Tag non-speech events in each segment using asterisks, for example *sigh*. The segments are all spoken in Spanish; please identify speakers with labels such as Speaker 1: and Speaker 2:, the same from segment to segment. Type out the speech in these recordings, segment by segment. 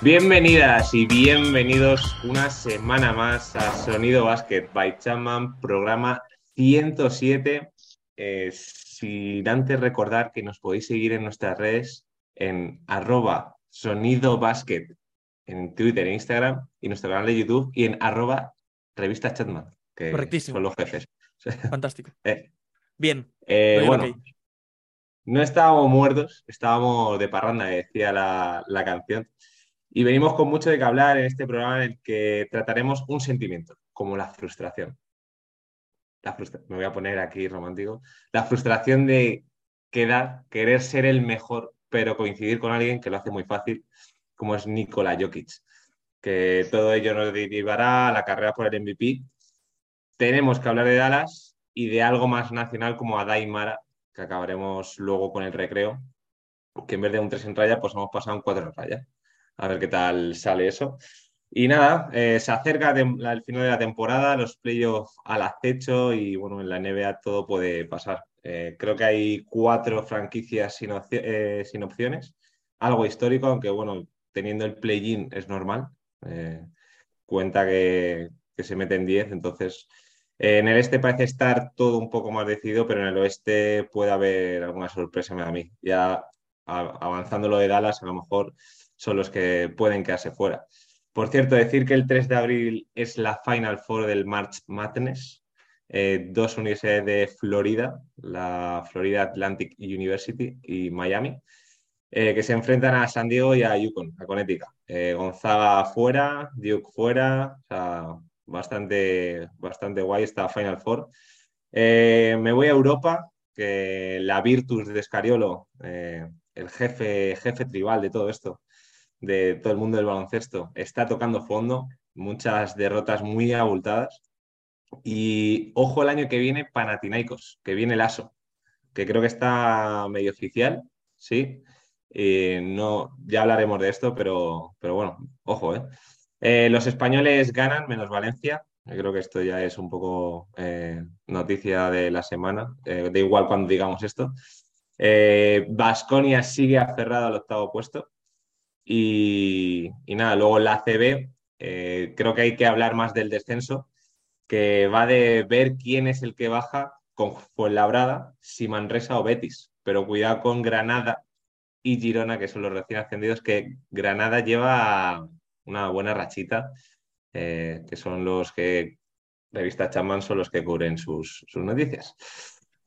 Speaker 1: Bienvenidas y bienvenidos una semana más a Sonido Basket by Chapman, programa 107. Eh, sin antes recordar que nos podéis seguir en nuestras redes en arroba sonido basket en Twitter e Instagram y nuestro canal de YouTube y en arroba revista Chatman, que
Speaker 2: Correctísimo.
Speaker 1: son los jefes.
Speaker 2: *laughs* Fantástico.
Speaker 1: Eh,
Speaker 2: Bien.
Speaker 1: eh,
Speaker 2: Lo digo
Speaker 1: bueno,
Speaker 2: ok.
Speaker 1: no estábamos muertos, estábamos de parranda, que decía la, la canción. Y venimos con mucho de que hablar en este programa en el que trataremos un sentimiento, como la frustración. La frustra- Me voy a poner aquí romántico. La frustración de quedar, querer ser el mejor, pero coincidir con alguien que lo hace muy fácil, como es Nikola Jokic. Que todo ello nos derivará a la carrera por el MVP. Tenemos que hablar de Dallas y de algo más nacional como Adai Mara, que acabaremos luego con el recreo, que en vez de un 3 en raya, pues hemos pasado un 4 en raya. A ver qué tal sale eso. Y nada, eh, se acerca tem- la- el final de la temporada, los playoffs al acecho y bueno, en la NBA todo puede pasar. Eh, creo que hay cuatro franquicias sin, opci- eh, sin opciones, algo histórico, aunque bueno, teniendo el play-in es normal. Eh, cuenta que, que se meten 10, entonces eh, En el este parece estar todo un poco más decidido, pero en el oeste puede haber alguna sorpresa me da a mí. Ya a- avanzando lo de Dallas, a lo mejor son los que pueden quedarse fuera. Por cierto, decir que el 3 de abril es la Final Four del March Madness. Eh, dos universidades de Florida, la Florida Atlantic University y Miami, eh, que se enfrentan a San Diego y a Yukon, a Connecticut. Eh, Gonzaga fuera, Duke fuera, o sea, bastante, bastante guay esta Final Four. Eh, me voy a Europa, que la Virtus de Escariolo, eh, el jefe, jefe tribal de todo esto, de todo el mundo del baloncesto, está tocando fondo, muchas derrotas muy abultadas. Y ojo el año que viene, Panathinaikos, que viene el ASO, que creo que está medio oficial, sí. Eh, no, ya hablaremos de esto, pero, pero bueno, ojo, ¿eh? Eh, los españoles ganan, menos Valencia. Yo creo que esto ya es un poco eh, noticia de la semana. Eh, da igual cuando digamos esto. Vasconia sigue aferrado al octavo puesto. Y, y nada, luego la CB. eh, creo que hay que hablar más del descenso, que va de ver quién es el que baja con Fuenlabrada, si Manresa o Betis. Pero cuidado con Granada y Girona, que son los recién ascendidos, que Granada lleva una buena rachita, eh, que son los que, revista Chamán, son los que cubren sus, sus noticias.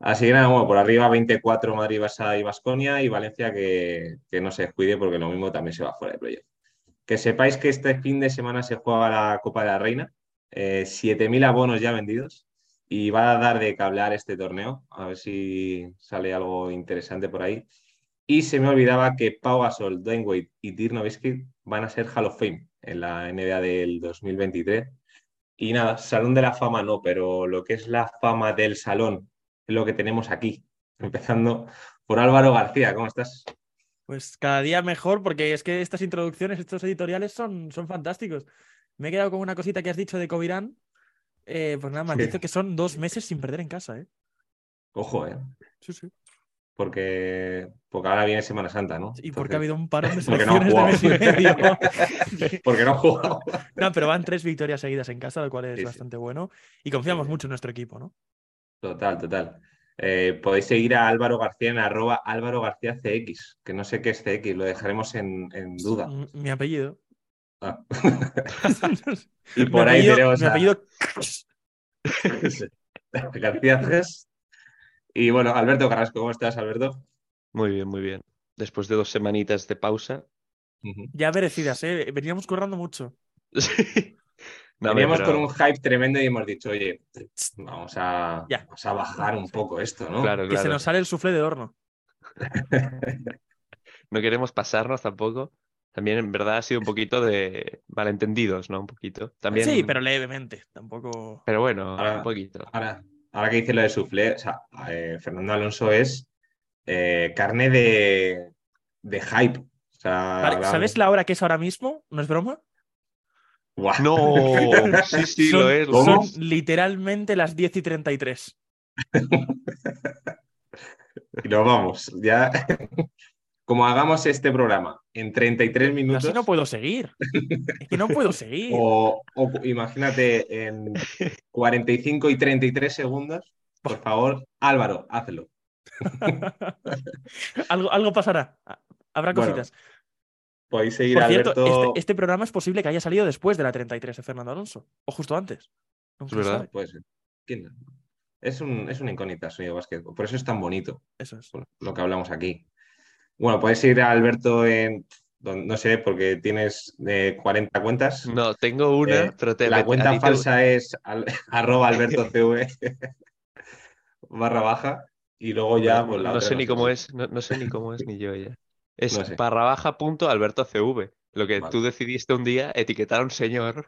Speaker 1: Así que nada, bueno, por arriba 24 Madrid, Barça y Vasconia y Valencia que, que no se descuide porque lo mismo también se va fuera de playoff. Que sepáis que este fin de semana se juega la Copa de la Reina, eh, 7.000 abonos ya vendidos y va a dar de que hablar este torneo, a ver si sale algo interesante por ahí. Y se me olvidaba que Pau Gasol, Dwayne Wade y Dirk Nowitzki van a ser Hall of Fame en la NBA del 2023. Y nada, Salón de la Fama no, pero lo que es la fama del salón es lo que tenemos aquí. Empezando por Álvaro García, ¿cómo estás?
Speaker 2: Pues cada día mejor, porque es que estas introducciones, estos editoriales son, son fantásticos. Me he quedado con una cosita que has dicho de Covirán. Eh, pues nada,
Speaker 1: Sí.
Speaker 2: matizo que son dos meses sin perder en casa, ¿eh?
Speaker 1: Ojo, ¿eh?
Speaker 2: Sí, sí.
Speaker 1: Porque, porque ahora viene Semana Santa, ¿no?
Speaker 2: Y
Speaker 1: Entonces-
Speaker 2: porque ha habido un parón de
Speaker 1: Porque no han
Speaker 2: selecciones de mes y
Speaker 1: *laughs*
Speaker 2: medio. *laughs*
Speaker 1: porque no ha jugado.
Speaker 2: no, pero van tres victorias seguidas en casa, lo cual es
Speaker 1: Sí, sí.
Speaker 2: bastante bueno. Y confiamos
Speaker 1: Sí, sí.
Speaker 2: mucho en nuestro equipo, ¿no?
Speaker 1: Total, total. Eh, podéis seguir a Álvaro García en arroba Álvaro García CX, que no sé qué es CX, lo dejaremos en, en duda.
Speaker 2: M- Mi apellido. *laughs*
Speaker 1: Ah. *laughs*
Speaker 2: Mi
Speaker 1: Y por ahí
Speaker 2: apellido-
Speaker 1: tenemos
Speaker 2: Mi
Speaker 1: a-
Speaker 2: apellido. *laughs*
Speaker 1: *laughs* García Cés. Y bueno, Alberto Carrasco, ¿cómo estás, Alberto?
Speaker 3: Muy bien, muy bien. Después de dos semanitas de pausa. *laughs*
Speaker 2: Ya merecidas, ¿eh? Veníamos currando mucho.
Speaker 3: Sí. No, hombre,
Speaker 1: Veníamos
Speaker 3: pero-
Speaker 1: con un hype tremendo y hemos dicho, oye, vamos a,
Speaker 2: Ya.
Speaker 1: vamos a bajar un poco esto, ¿no?
Speaker 3: Claro,
Speaker 2: Que se
Speaker 3: claro.
Speaker 2: nos sale el suflé de horno.
Speaker 3: No queremos pasarnos tampoco. También, en verdad, ha sido un poquito de malentendidos, ¿no? Un poquito. También.
Speaker 2: Sí, pero Ah. levemente. Tampoco.
Speaker 3: Pero bueno,
Speaker 1: Ahora-
Speaker 3: un poquito.
Speaker 1: Ahora, ahora que dice lo de suflé, o sea, eh, Fernando Alonso es eh, carne de, de hype. O sea,
Speaker 2: Vale,
Speaker 1: ahora-
Speaker 2: ¿Sabes la hora que es ahora mismo? ¿No es broma?
Speaker 1: Buah. *laughs*
Speaker 3: *laughs* No, sí, sí,
Speaker 2: son,
Speaker 3: lo es. lo
Speaker 2: son
Speaker 3: es.
Speaker 2: literalmente las 10 y 33.
Speaker 1: Y nos vamos. Ya *laughs* Como hagamos este programa en 33
Speaker 2: Yo
Speaker 1: minutos, Oh.
Speaker 2: así no puedo seguir. Es que no puedo seguir.
Speaker 1: o, o cu- imagínate en 45 y 33 segundos, por favor, Álvaro, hazlo.
Speaker 2: *laughs* algo, algo pasará. Habrá
Speaker 1: Bueno,
Speaker 2: cositas.
Speaker 1: Podéis seguir
Speaker 2: Por
Speaker 1: a
Speaker 2: cierto,
Speaker 1: Alberto.
Speaker 2: este, este programa es posible que haya salido después de la 33 de Fernando Alonso. O justo antes. Nunca se
Speaker 3: verdad.
Speaker 2: sabe.
Speaker 1: Puede ser. Pues, ¿Quién? Es un, es una incógnita el sonido básquetbol. Por eso es tan bonito
Speaker 2: Eso es.
Speaker 1: por lo que hablamos aquí. Bueno, podéis ir a Alberto en. don- No sé, porque tienes eh, 40 cuentas.
Speaker 3: No, tengo una,
Speaker 1: Eh,
Speaker 3: pero te
Speaker 1: La
Speaker 3: a ti
Speaker 1: cuenta
Speaker 3: te-
Speaker 1: falsa es al- *laughs* arroba
Speaker 3: *laughs*
Speaker 1: albertocv barra baja. Y luego ya, pues la
Speaker 3: no
Speaker 1: otra
Speaker 3: sé ni cómo
Speaker 1: sé.
Speaker 3: es, no, no sé ni cómo es ni yo ya. Es
Speaker 1: No sé.
Speaker 3: barra baja punto Alberto CV. Lo que
Speaker 1: Vale.
Speaker 3: tú decidiste un día etiquetar a un señor,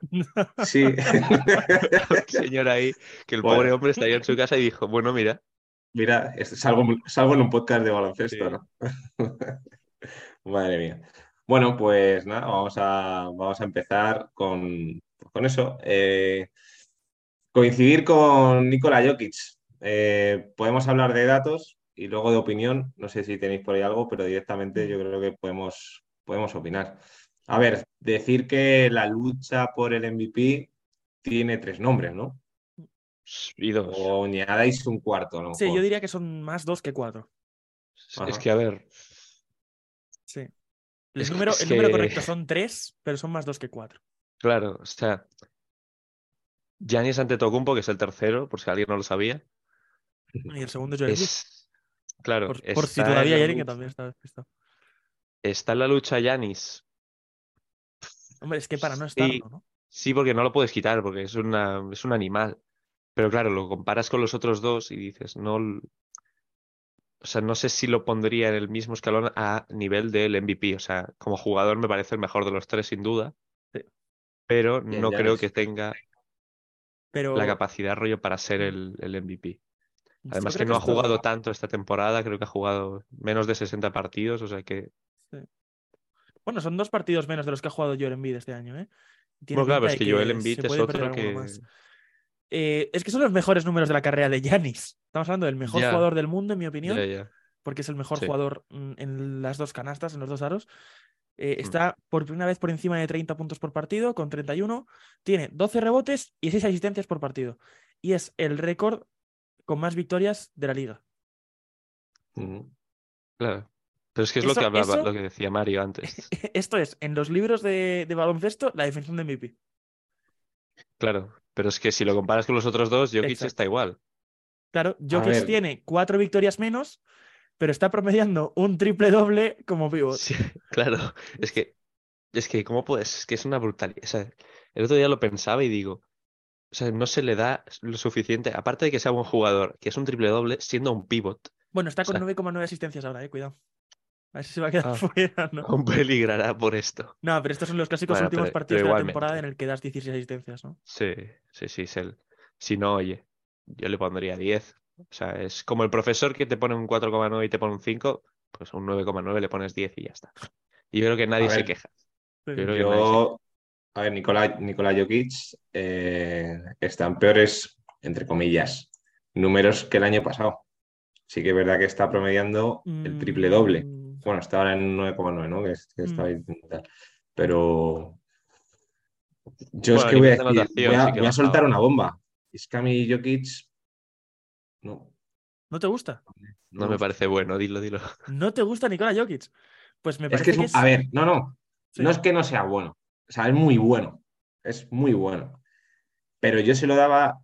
Speaker 1: Sí.
Speaker 3: *laughs* a un señor ahí, que el
Speaker 1: Bueno.
Speaker 3: pobre hombre estaría en su casa y dijo, bueno, mira,
Speaker 1: Mira, es- salgo, salgo en un podcast de baloncesto,
Speaker 3: Sí.
Speaker 1: ¿no? *laughs* Madre mía. Bueno, pues nada, vamos a, vamos a empezar con, con eso. Eh, coincidir con Nikola Jokic. Eh, podemos hablar de datos y luego de opinión. No sé si tenéis por ahí algo, pero directamente yo creo que podemos, podemos opinar. A ver, decir que la lucha por el MVP tiene tres nombres, ¿no?
Speaker 3: y dos.
Speaker 2: Oh,
Speaker 1: O añadáis un cuarto, ¿no?
Speaker 2: Pues Sí, yo diría que son más dos que cuatro.
Speaker 3: Es
Speaker 1: Ajá.
Speaker 3: que a ver,
Speaker 2: Sí. El,
Speaker 3: Es que-
Speaker 2: número,
Speaker 3: es
Speaker 2: el número
Speaker 3: que-
Speaker 2: correcto son tres, pero son más dos que cuatro.
Speaker 3: claro, o sea, Giannis Antetokounmpo, que es el tercero, por si alguien no lo sabía,
Speaker 2: Y el segundo Joel Embiid.
Speaker 3: es, claro,
Speaker 2: Por, por si
Speaker 3: está en
Speaker 2: todavía
Speaker 3: la
Speaker 2: hay alguien que
Speaker 3: lucha-
Speaker 2: también está despistado.
Speaker 3: está en la lucha Giannis.
Speaker 2: Hombre, es que para no estarlo,
Speaker 3: Sí.
Speaker 2: ¿no?
Speaker 3: Sí, porque no lo puedes quitar, porque es una, es un animal. Pero claro, lo comparas con los otros dos y dices, no. l- O sea, no sé si lo pondría en el mismo escalón a nivel del MVP. O sea, como jugador me parece el mejor de los tres, sin duda.
Speaker 2: Sí.
Speaker 3: Pero
Speaker 1: Bien,
Speaker 3: no
Speaker 1: ya
Speaker 3: creo
Speaker 1: ves.
Speaker 3: que tenga
Speaker 2: Pero Mm.
Speaker 3: la capacidad rollo para ser el, el MVP.
Speaker 2: yo
Speaker 3: Además que
Speaker 2: creo
Speaker 3: no ha
Speaker 2: esto-
Speaker 3: jugado tanto esta temporada, creo que ha jugado menos de 60 partidos, o sea que...
Speaker 2: Bueno, son dos partidos menos de los que ha jugado Joel Embiid este año, ¿eh? Tiene
Speaker 3: Bueno,
Speaker 2: pinta
Speaker 3: claro, pero es
Speaker 2: de
Speaker 3: que Joel Embiid
Speaker 2: se
Speaker 3: es
Speaker 2: puede perder
Speaker 3: otro
Speaker 2: alguno
Speaker 3: que...
Speaker 2: más. Eh, es que son los mejores números de la carrera de Yanis. Estamos hablando del mejor
Speaker 3: Ya.
Speaker 2: jugador del mundo, en mi opinión,
Speaker 3: Ya, ya.
Speaker 2: porque es el mejor
Speaker 3: Sí.
Speaker 2: jugador mm, en las dos canastas, en los dos aros. Eh,
Speaker 3: Hmm.
Speaker 2: está por primera vez por encima de 30 puntos por partido, con 31. Tiene 12 rebotes y 6 asistencias por partido. Y es el récord con más victorias de la liga. *laughs*
Speaker 1: Ujú.
Speaker 3: Claro. Pero es que es lo
Speaker 2: Eso-
Speaker 3: que hablaba,
Speaker 2: eso-
Speaker 3: lo que decía Mario
Speaker 2: *laughs*
Speaker 3: antes. *laughs*
Speaker 2: Esto es, en los libros de, de baloncesto, la definición de MVP.
Speaker 3: Claro, pero es que si lo comparas con los otros dos, Jokic
Speaker 2: Exacto.
Speaker 3: está igual. *laughs*
Speaker 2: Claro, Jokic
Speaker 1: ver.
Speaker 2: tiene 4 victorias menos, pero está promediando un triple doble como pivot.
Speaker 3: Sí, claro, es que, es que, ¿cómo puedes? Es que es una brutalidad. O sea, el otro día lo pensaba y digo, o sea, no se le da lo suficiente, aparte de que sea buen jugador, que es un triple doble, siendo un pivot, *laughs*
Speaker 2: Bueno, está con
Speaker 3: O sea-
Speaker 2: 9,9 asistencias ahora, eh, cuidado. A ver si se va a quedar *laughs*
Speaker 3: Ah.
Speaker 2: fuera, ¿no?
Speaker 3: aún peligrará por esto.
Speaker 2: No, pero estos son los clásicos
Speaker 3: Bueno,
Speaker 2: últimos
Speaker 3: pero-
Speaker 2: partidos
Speaker 3: pero
Speaker 2: de la
Speaker 3: igualmente.
Speaker 2: temporada en el que das 16 asistencias, ¿no?
Speaker 3: Sí, sí, sí, es el- Si no, oye, yo le pondría 10. O sea, es como el profesor que te pone un 4,9 y te pone un 5, pues un 9,9 le pones 10 y ya está. Y yo creo que nadie se
Speaker 1: ver.
Speaker 3: queja.
Speaker 2: Sí.
Speaker 3: Yo creo que nadie se
Speaker 1: Yo, a ver, Nikola, Nikola Jokic eh, está en peores, entre comillas, números que el año pasado. Sí que es verdad que está promediando el triple doble.
Speaker 2: Mm,
Speaker 1: Bueno, está ahora en un 9,9, ¿no? Que, es- que
Speaker 2: Mm.
Speaker 1: estaba ahí y tal. Pero yo es
Speaker 3: Bueno,
Speaker 1: que voy a
Speaker 3: nivel
Speaker 1: decir,
Speaker 3: de anotación
Speaker 1: voy a,
Speaker 3: sí que
Speaker 1: voy a
Speaker 3: ha
Speaker 1: soltar
Speaker 3: bajado.
Speaker 1: una bomba. Es que a mí Jokic no,
Speaker 2: ¿No te gusta?
Speaker 3: No me parece bueno, dilo, dilo. *laughs*
Speaker 2: ¿No te gusta Nikola Jokic? Pues me
Speaker 1: Es
Speaker 2: parece
Speaker 1: que es,
Speaker 2: que
Speaker 1: un- a ver, no, no,
Speaker 2: sí.
Speaker 1: No es que no sea bueno, o sea, es muy bueno, es muy bueno. Pero yo se lo daba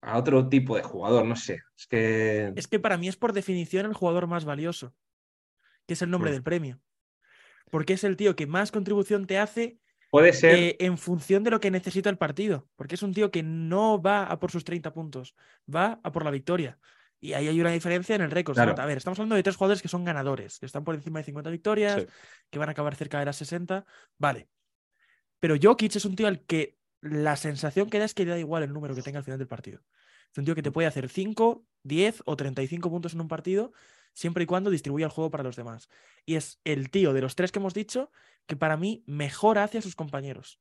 Speaker 1: a otro tipo de jugador, no sé. Es que
Speaker 2: Es que para mí es por definición el jugador más valioso, que es el nombre
Speaker 3: Mm.
Speaker 2: del premio. Porque es el tío que más contribución te hace
Speaker 1: puede ser,
Speaker 2: eh, en función de lo que necesita el partido. Porque es un tío que no va a por sus 30 puntos, va a por la victoria. Y ahí hay una diferencia en el récord. se
Speaker 1: Claro.
Speaker 2: nota. A ver, estamos hablando de tres jugadores que son ganadores, que están por encima de 50 victorias,
Speaker 3: Sí.
Speaker 2: que van a acabar cerca de las 60. Vale. Pero Jokic es un tío al que la sensación que da es que le da igual el número que tenga al final del partido. Es un tío que te puede hacer 5, 10 o 35 puntos en un partido, siempre y cuando distribuya el juego para los demás. Y es el tío de los tres que hemos dicho que para mí mejora hacia sus compañeros.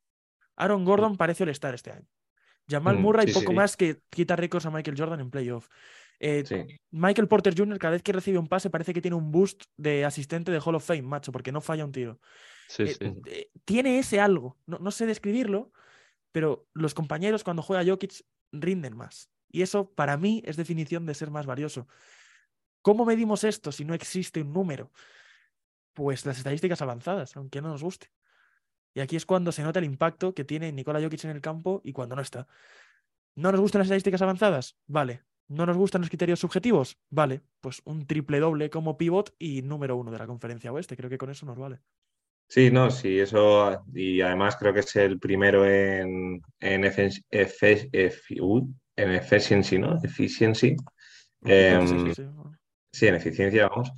Speaker 2: Aaron Gordon parece el estar este año. Jamal
Speaker 1: Mm,
Speaker 2: Murray
Speaker 3: sí,
Speaker 2: poco
Speaker 3: sí.
Speaker 2: más que quita récords a Michael Jordan en playoff. Eh,
Speaker 1: Sí.
Speaker 2: Michael Porter Jr. cada vez que recibe un pase parece que tiene un boost de asistente de Hall of Fame, macho, porque no falla un tiro.
Speaker 3: Sí,
Speaker 2: Eh,
Speaker 3: sí.
Speaker 2: eh, tiene ese algo, no, no sé describirlo, pero los compañeros cuando juega Jokic rinden más. Y eso para mí es definición de ser más valioso. ¿Cómo medimos esto si no existe un número? Pues las estadísticas avanzadas, aunque no nos guste. Y aquí es cuando se nota el impacto que tiene Nikola Jokic en el campo y cuando no está. ¿No nos gustan las estadísticas avanzadas? Vale. ¿No nos gustan los criterios subjetivos? Vale. Pues un triple doble como pivot y número uno de la conferencia oeste. Creo que con eso nos vale.
Speaker 1: Sí, no, sí, eso, y además creo que es el primero en, en, efen- efe- efi- uy, en efficiency, ¿no? Efficiency.
Speaker 2: Creo que
Speaker 1: Em,
Speaker 2: sí, sí, sí, bueno.
Speaker 1: Sí, en eficiencia, vamos.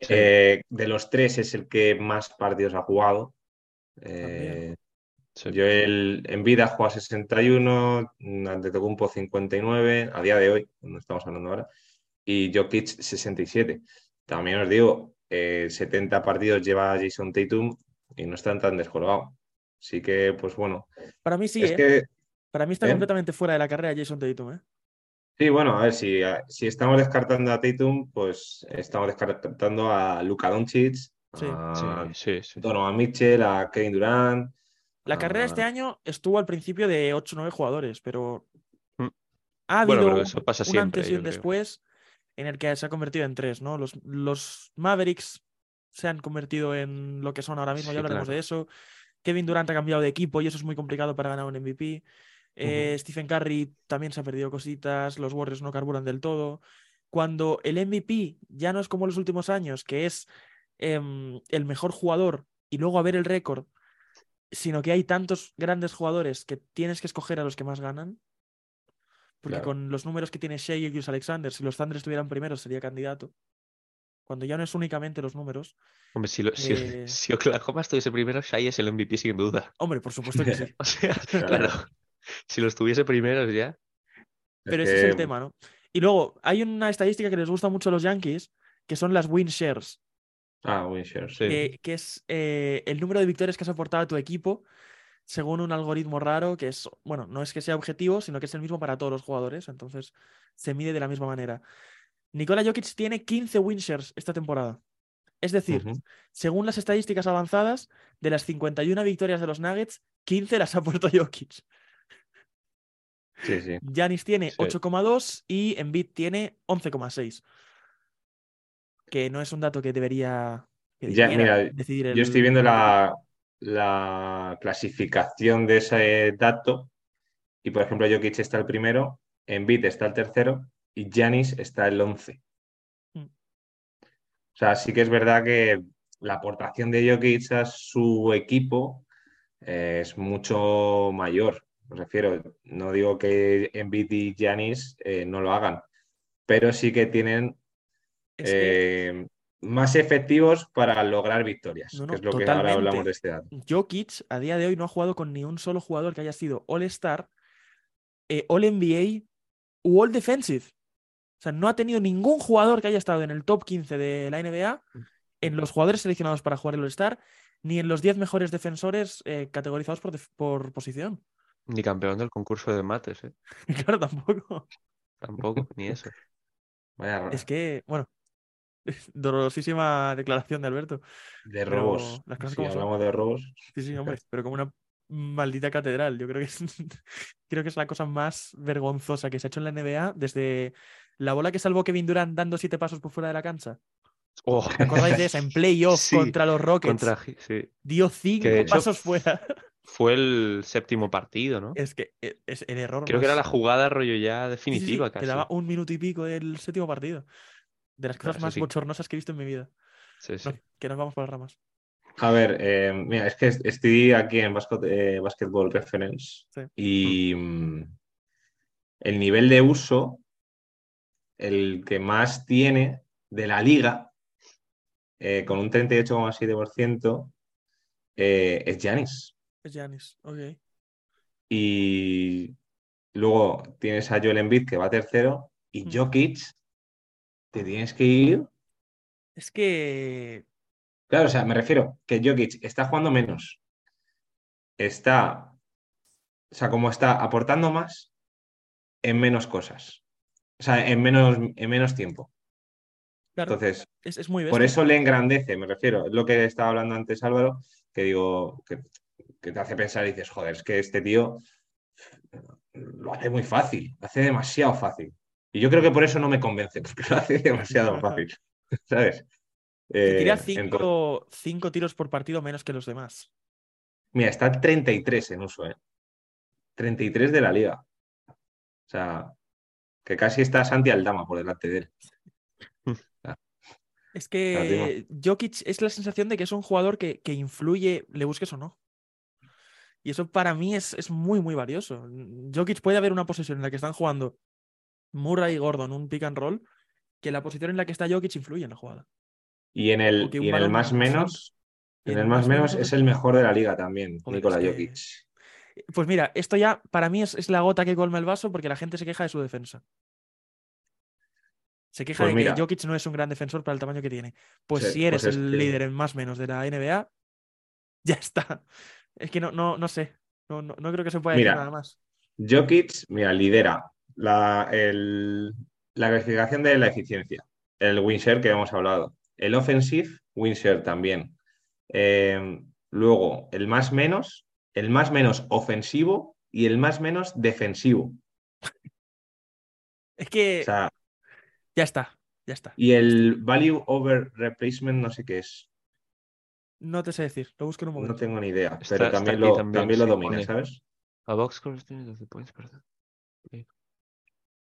Speaker 3: Sí.
Speaker 1: Eh, de los tres es el que más partidos ha jugado. Eh,
Speaker 3: Sí.
Speaker 1: Joel Embiid ha jugado 61, mm, Antetokounmpo 59, a día de hoy, no estamos hablando ahora, y Jokic 67. También os digo, eh, 70 partidos lleva Jason Tatum y no están tan descolgados. Así que, pues bueno,
Speaker 2: Para mí sí,
Speaker 1: es
Speaker 2: ¿eh?
Speaker 1: que
Speaker 2: Para mí está
Speaker 1: ¿eh?
Speaker 2: completamente fuera de la carrera Jason Tatum, ¿eh?
Speaker 1: Sí, bueno, a ver, si, si estamos descartando a Tatum, pues estamos descartando a Luka Doncic,
Speaker 2: Sí.
Speaker 1: a
Speaker 3: Sí, sí, sí.
Speaker 1: Donovan Mitchell, a Kevin Durant.
Speaker 2: La carrera
Speaker 1: a-
Speaker 2: este año estuvo al principio de 8 o 9 jugadores, pero
Speaker 3: Mm.
Speaker 2: ha habido
Speaker 3: Bueno, pero
Speaker 2: un,
Speaker 3: eso pasa
Speaker 2: un
Speaker 3: siempre,
Speaker 2: antes y
Speaker 3: yo
Speaker 2: un
Speaker 3: creo.
Speaker 2: después en el que se ha convertido en tres, ¿no? Los, los Mavericks se han convertido en lo que son ahora mismo,
Speaker 3: Sí,
Speaker 2: ya hablaremos
Speaker 3: claro.
Speaker 2: de eso. Kevin Durant ha cambiado de equipo y eso es muy complicado para ganar un MVP. Eh, Stephen Curry también se ha perdido cositas, los Warriors no carburan del todo. Cuando el MVP ya no es como los últimos años, que es em, el mejor jugador y luego a ver el récord, sino que hay tantos grandes jugadores que tienes que escoger a los que más ganan. Porque
Speaker 1: Claro.
Speaker 2: con los números que tiene Shea y Gilgeous Alexander, si los Thunder estuvieran primero, sería candidato. Cuando ya no es únicamente los números.
Speaker 3: Hombre, si, lo- si-
Speaker 2: Eh.
Speaker 3: *laughs* si Oklahoma estuviese primero, Shai es el MVP sin duda. *laughs*
Speaker 2: Hombre, por supuesto
Speaker 1: *laughs*
Speaker 2: que sí.
Speaker 3: O sea, claro, si lo estuviese primero ya.
Speaker 2: Pero
Speaker 1: Es
Speaker 2: ese es el
Speaker 1: que-
Speaker 2: tema, ¿no? Y luego, hay una estadística que les gusta mucho a los Yankees, que son las win shares,
Speaker 1: Ah, Winsher, sí.
Speaker 3: Sí.
Speaker 2: que, que es eh, el número de victorias que has aportado a tu equipo según un algoritmo raro que es, bueno, no es que sea objetivo, sino que es el mismo para todos los jugadores, entonces se mide de la misma manera. Nikola Jokic tiene 15 win shares esta temporada. Es decir,
Speaker 1: Ujú.
Speaker 2: según las estadísticas avanzadas, de las 51 victorias de los Nuggets, 15 las ha puesto *laughs* Jokic.
Speaker 1: Sí, sí.
Speaker 2: Yanis tiene
Speaker 3: Sí.
Speaker 2: 8,2 y Embiid tiene 11,6. Que no es un dato que debería que
Speaker 1: Ya,
Speaker 2: debiera
Speaker 1: mira,
Speaker 2: decidir el-
Speaker 1: Yo estoy viendo la, la clasificación de ese dato y, por ejemplo, Jokic está el primero, Embiid está el tercero y Giannis está el once.
Speaker 2: Mm.
Speaker 1: O sea, sí que es verdad que la aportación de Jokic a su equipo eh, es mucho mayor. Me refiero, no digo que Embiid y Giannis eh, no lo hagan, pero sí que tienen
Speaker 2: Es que
Speaker 1: eh, más efectivos para lograr victorias,
Speaker 2: No, no,
Speaker 1: que es lo que ahora
Speaker 2: totalmente.
Speaker 1: hablamos de este dato.
Speaker 2: Jokic a día de hoy no ha jugado con ni un solo jugador que haya sido All-Star, eh, All-NBA u All-Defensive. O sea, no ha tenido ningún jugador que haya estado en el top 15 de la NBA, en los jugadores seleccionados para jugar el All-Star, ni en los 10 mejores defensores eh, categorizados por, def- por posición. *laughs*
Speaker 3: Ni campeón del concurso de mates, ¿eh?
Speaker 2: claro, tampoco.
Speaker 3: Tampoco,
Speaker 1: *laughs*
Speaker 3: ni eso.
Speaker 1: Vaya ro-
Speaker 2: Es que, bueno, *laughs* dolorosísima declaración de Alberto.
Speaker 1: de
Speaker 2: pero
Speaker 1: robos.
Speaker 2: las cosas
Speaker 1: Si
Speaker 2: como son.
Speaker 1: hablamos de robos,
Speaker 2: Sí, sí, hombre, pero como una maldita catedral. Yo creo que es, *laughs* creo que es la cosa más vergonzosa que se ha hecho en la NBA desde la bola que salvó Kevin Durant dando siete pasos por fuera de la cancha.
Speaker 1: *laughs*
Speaker 3: Oh,
Speaker 2: ¿Te acordáis de esa?
Speaker 3: *laughs*
Speaker 2: En playoff
Speaker 3: Sí,
Speaker 2: contra los Rockets.
Speaker 3: contra- sí.
Speaker 2: Dio cinco
Speaker 3: de hecho-
Speaker 2: pasos fuera. *laughs*
Speaker 3: Fue el séptimo partido, ¿no?
Speaker 2: Es que eh, es el error.
Speaker 3: Creo que era
Speaker 2: más-
Speaker 3: la jugada rollo ya
Speaker 2: Sí, sí, sí,
Speaker 3: definitiva casi.
Speaker 2: Quedaba un minuto y pico del séptimo partido. De las
Speaker 3: Claro,
Speaker 2: cosas
Speaker 3: eso
Speaker 2: más
Speaker 3: sí.
Speaker 2: bochornosas que he visto en mi vida.
Speaker 3: Sí, sí.
Speaker 2: No, que nos vamos por las ramas.
Speaker 1: A ver, eh, mira, es que est- estoy aquí en basco- eh, Basketball Reference
Speaker 2: Sí.
Speaker 1: y mm, el nivel de uso, el que más tiene de la liga, eh, con un 38,7%, eh, es Giannis.
Speaker 2: Es Pues, Giannis, ok.
Speaker 1: Y luego tienes a Joel Embiid que va tercero y
Speaker 2: Mm.
Speaker 1: Jokic te tienes que ir.
Speaker 2: Es que
Speaker 1: Claro, o sea, me refiero que Jokic está jugando menos. Está, o sea, como está aportando más en menos cosas. O sea, en menos, en menos tiempo.
Speaker 2: Claro,
Speaker 1: Entonces,
Speaker 2: es, es muy bestia.
Speaker 1: por eso le engrandece, me refiero. Es lo que estaba hablando antes Álvaro, que digo, que, que te hace pensar y dices, joder, es que este tío lo hace muy fácil, lo hace demasiado fácil. Y yo creo que por eso no me convence, *laughs* porque lo hace
Speaker 2: *laughs*
Speaker 1: demasiado fácil, ¿sabes?
Speaker 2: Que tira
Speaker 1: Eh, entonces-
Speaker 2: cinco, cinco tiros por partido menos que los demás.
Speaker 1: mira, está 33 en uso, ¿eh? 33 de la liga. O sea, que casi está Santi Aldama por delante de él.
Speaker 2: Es
Speaker 1: Claro,
Speaker 2: que Jokic es la sensación de que es un jugador que, que influye, le busques o no. Y eso para mí es, es muy, muy valioso. Jokic puede haber una posición en la que están jugando Murray y Gordon, un pick and roll, que la posición en la que está Jokic influye en la jugada.
Speaker 1: Y en el,
Speaker 2: Porque un
Speaker 1: y en el
Speaker 2: balón
Speaker 1: más
Speaker 2: no-
Speaker 1: menos,
Speaker 2: Y
Speaker 1: en el más menos es el mejor de la liga también,
Speaker 2: Joder,
Speaker 1: Nikola
Speaker 2: es que-
Speaker 1: Jokic.
Speaker 2: Pues mira, esto ya para mí es, es la gota que colma el vaso porque la gente se queja de su defensa. Se queja
Speaker 1: Pues
Speaker 2: de
Speaker 1: mira.
Speaker 2: que Jokic no es un gran defensor para el tamaño que tiene. Pues
Speaker 1: Sí,
Speaker 2: si eres
Speaker 1: pues es
Speaker 2: el
Speaker 1: que-
Speaker 2: líder en más menos de la NBA, ya está. Es que no, no, no sé. No, no, no creo que se pueda decir
Speaker 1: Mira.
Speaker 2: nada más.
Speaker 1: Jokic, mira, lidera la, el- la clasificación de la eficiencia, el Winshare que hemos hablado, el Offensive, Winshare también. Eh, luego, el más menos, el más menos ofensivo y el más menos defensivo.
Speaker 2: Es que
Speaker 1: O sea,
Speaker 2: ya está. Ya está.
Speaker 1: y el Value Over Replacement, no sé qué es,
Speaker 2: No te sé decir. Lo busco en un
Speaker 1: no
Speaker 2: momento.
Speaker 1: tengo ni idea,
Speaker 3: Está-
Speaker 1: pero
Speaker 3: está
Speaker 1: también
Speaker 3: aquí
Speaker 1: lo,
Speaker 3: también,
Speaker 1: también lo
Speaker 3: sí,
Speaker 1: domina,
Speaker 3: pone.
Speaker 1: ¿sabes?
Speaker 3: A box score tiene 12 points, perdón.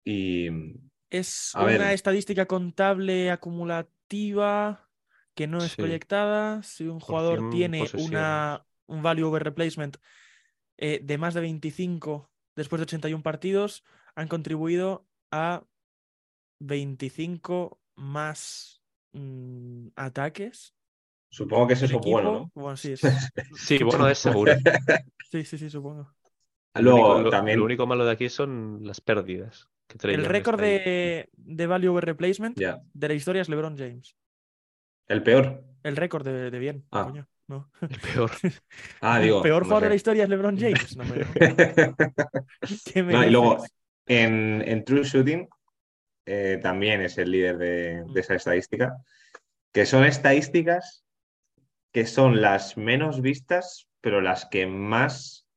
Speaker 1: Y
Speaker 2: Es
Speaker 1: A
Speaker 2: una
Speaker 1: ver.
Speaker 2: estadística contable acumulativa que no es
Speaker 3: Sí.
Speaker 2: proyectada. Si un jugador
Speaker 3: 100
Speaker 2: tiene
Speaker 3: posesiones.
Speaker 2: una, un value over replacement eh, de más de 25 después de 81 partidos, han contribuido a 25 más mm, ataques.
Speaker 1: supongo que eso es
Speaker 2: del equipo.
Speaker 1: bueno, ¿no? *laughs*
Speaker 2: sí, es-
Speaker 3: Sí, bueno, es seguro.
Speaker 2: sí, sí, sí, supongo.
Speaker 3: Lo
Speaker 1: Luego,
Speaker 3: único- lo-
Speaker 1: también,
Speaker 3: Lo único malo de aquí son las pérdidas. que Trae
Speaker 2: El
Speaker 3: Young
Speaker 2: récord
Speaker 3: está ahí.
Speaker 2: de, de value over replacement
Speaker 1: ya,
Speaker 2: de la historia es LeBron James.
Speaker 1: el peor.
Speaker 2: El récord de, de bien.
Speaker 1: Ah.
Speaker 2: coño, no.
Speaker 3: El peor.
Speaker 1: Ah,
Speaker 2: El
Speaker 1: digo,
Speaker 2: peor
Speaker 1: no
Speaker 2: jugador de
Speaker 1: sé.
Speaker 2: la historia es LeBron
Speaker 1: *laughs*
Speaker 2: James. No, hombre, no. ¿Qué me
Speaker 1: No, y luego
Speaker 2: dices?
Speaker 1: en, en True Shooting eh, también es el líder de, de esa estadística, que son estadísticas que son las menos vistas, pero las que más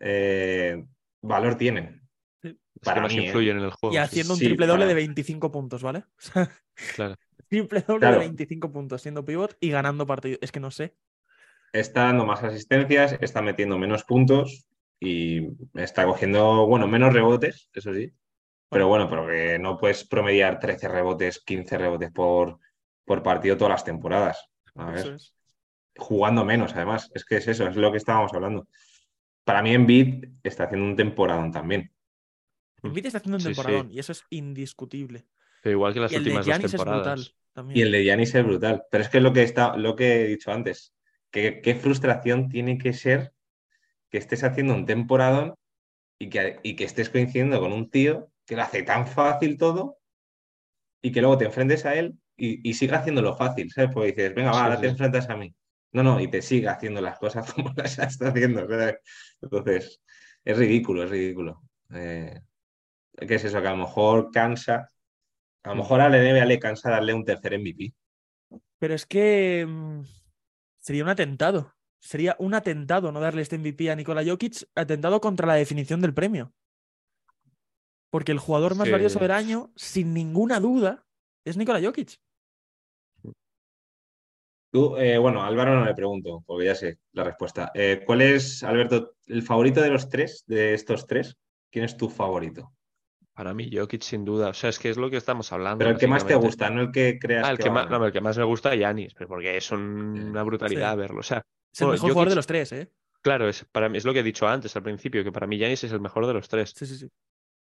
Speaker 1: eh, valor tienen.
Speaker 3: Es
Speaker 1: Para
Speaker 3: que más
Speaker 1: mí, ¿eh?
Speaker 3: influyen en el juego.
Speaker 2: Y
Speaker 3: sí,
Speaker 2: haciendo un
Speaker 1: sí,
Speaker 2: triple doble
Speaker 1: para-
Speaker 2: de 25 puntos, ¿vale? O sea,
Speaker 3: claro.
Speaker 2: *laughs* triple doble
Speaker 1: Claro.
Speaker 2: de 25 puntos siendo pivot y ganando partidos. Es que no sé.
Speaker 1: Está dando más asistencias, está metiendo menos puntos y está cogiendo, bueno, menos rebotes, eso sí. Pero bueno, pero que no puedes promediar 13 rebotes, 15 rebotes por, por partido todas las temporadas. A ver.
Speaker 2: Eso es.
Speaker 1: jugando menos, además. Es que es eso, es lo que estábamos hablando. Para mí, Embiid está haciendo un temporadón también.
Speaker 2: Embiid está haciendo un
Speaker 3: Sí, sí.
Speaker 2: temporadón y eso es indiscutible.
Speaker 3: Pero igual que en las
Speaker 2: y el de
Speaker 3: últimas dos
Speaker 2: Giannis es brutal
Speaker 3: temporadas.
Speaker 2: también.
Speaker 1: Y el de Giannis es brutal. Pero es que es lo que, está, lo que he dicho antes. Que- Qué frustración tiene que ser que estés haciendo un temporadón y que, y que estés coincidiendo con un tío que lo hace tan fácil todo y que luego te enfrentes a él y, y siga haciéndolo fácil, ¿sabes? Porque dices, venga, va,
Speaker 3: Sí,
Speaker 1: ahora
Speaker 3: sí.
Speaker 1: te enfrentas a mí. No, no, y te sigue haciendo las cosas *laughs* como las está haciendo, ¿sabes? Entonces, es ridículo, es ridículo. Eh, ¿Qué es eso? Que a lo mejor cansa. A lo mejor a la NBA le cansa darle un tercer MVP.
Speaker 2: Pero es que mm, sería un atentado. Sería un atentado no darle este MVP a Nikola Jokic, atentado contra la definición del premio. Porque el jugador más
Speaker 3: Sí.
Speaker 2: valioso del año, sin ninguna duda, es Nikola Jokic.
Speaker 1: Tú, eh, bueno, Álvaro no le pregunto, porque ya sé la respuesta. Eh, ¿cuál es, Alberto, el favorito de los tres, de estos tres? ¿Quién es tu favorito?
Speaker 3: Para mí, Jokic, sin duda. O sea, es que es lo que estamos hablando.
Speaker 1: Pero el que más te
Speaker 3: básicamente.
Speaker 1: gusta, no el que creas
Speaker 3: Ah, el
Speaker 1: que
Speaker 3: que
Speaker 1: va a
Speaker 3: más,
Speaker 1: ganar.
Speaker 3: no, el que más me gusta es Yanis, pero porque es un-
Speaker 1: Sí.
Speaker 3: una brutalidad verlo. O sea,
Speaker 2: Es el
Speaker 3: Bueno,
Speaker 2: mejor jugador
Speaker 3: Jokic-
Speaker 2: de los tres, ¿eh?
Speaker 3: claro, es, para mí, es lo que he dicho antes al principio, que para mí Yanis es el mejor de los tres.
Speaker 2: Sí, sí, sí.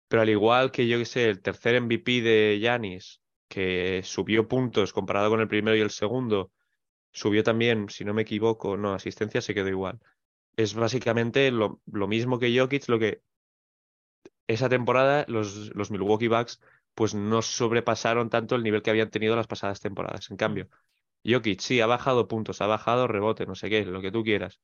Speaker 3: Pero al igual que yo que sé, el tercer MVP de Yanis, que subió puntos comparado con el primero y el segundo, subió también, si no me equivoco, no, asistencia se quedó igual. Es básicamente lo, lo mismo que Jokic, lo que esa temporada los, los Milwaukee Bucks pues no sobrepasaron tanto el nivel que habían tenido las pasadas temporadas. En cambio, Jokic sí ha bajado puntos, ha bajado rebote, no sé qué, lo que tú quieras.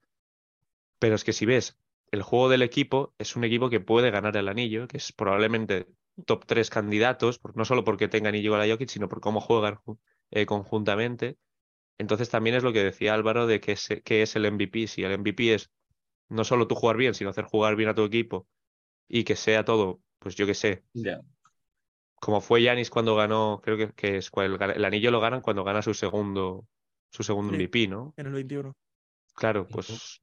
Speaker 3: Pero es que si ves el juego del equipo, es un equipo que puede ganar el anillo, que es probablemente top 3 candidatos, por- no solo porque tengan y a Jokic, sino por cómo juegan ju- eh, conjuntamente. Entonces también es lo que decía Álvaro de que se- qué es el MVP. Si el MVP es no solo tú jugar bien, sino hacer jugar bien a tu equipo y que sea todo, pues yo qué sé, *laughs*
Speaker 1: Ya.
Speaker 3: como fue Yanis cuando ganó, creo que, que es cual- el, anillo lo ganan cuando gana su segundo, su segundo
Speaker 2: Sí.
Speaker 3: MVP, ¿no?
Speaker 2: en el 21.
Speaker 3: Claro,
Speaker 1: Ujú.
Speaker 3: pues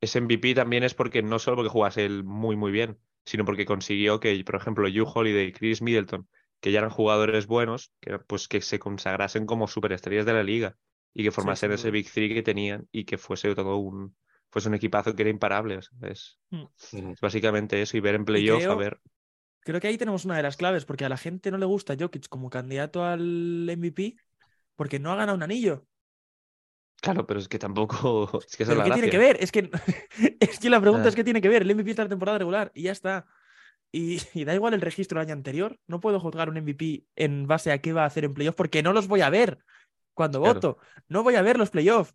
Speaker 3: ese MVP también es porque no solo porque jugase él muy muy bien, sino porque consiguió que, por ejemplo, Jrue Holiday y Chris Middleton, que ya eran jugadores buenos, que, pues que se consagrasen como superestrellas de la liga y que formasen
Speaker 2: sin
Speaker 3: ese
Speaker 2: duda.
Speaker 3: Big Three que tenían y que fuese todo un fuese un equipazo que era imparable. o sea, Es,
Speaker 1: Ujú.
Speaker 3: es básicamente eso y ver en playoff a
Speaker 2: creo-
Speaker 3: ver.
Speaker 2: Creo que ahí tenemos una de las claves, porque a la gente no le gusta Jokic como candidato al MVP porque no ha ganado un anillo.
Speaker 3: Claro, pero es que tampoco *laughs* es que esa
Speaker 2: ¿Pero
Speaker 3: es la
Speaker 2: qué tiene
Speaker 3: gracia.
Speaker 2: que ver? Es que, es que *laughs* la pregunta
Speaker 3: Ah.
Speaker 2: es qué tiene que ver. El MVP está en la temporada regular y ya está. Y, *laughs* y da igual el registro del año anterior. No puedo juzgar un MVP en base a qué va a hacer en playoffs porque no los voy a ver cuando
Speaker 3: Claro.
Speaker 2: voto. No voy a ver los playoffs.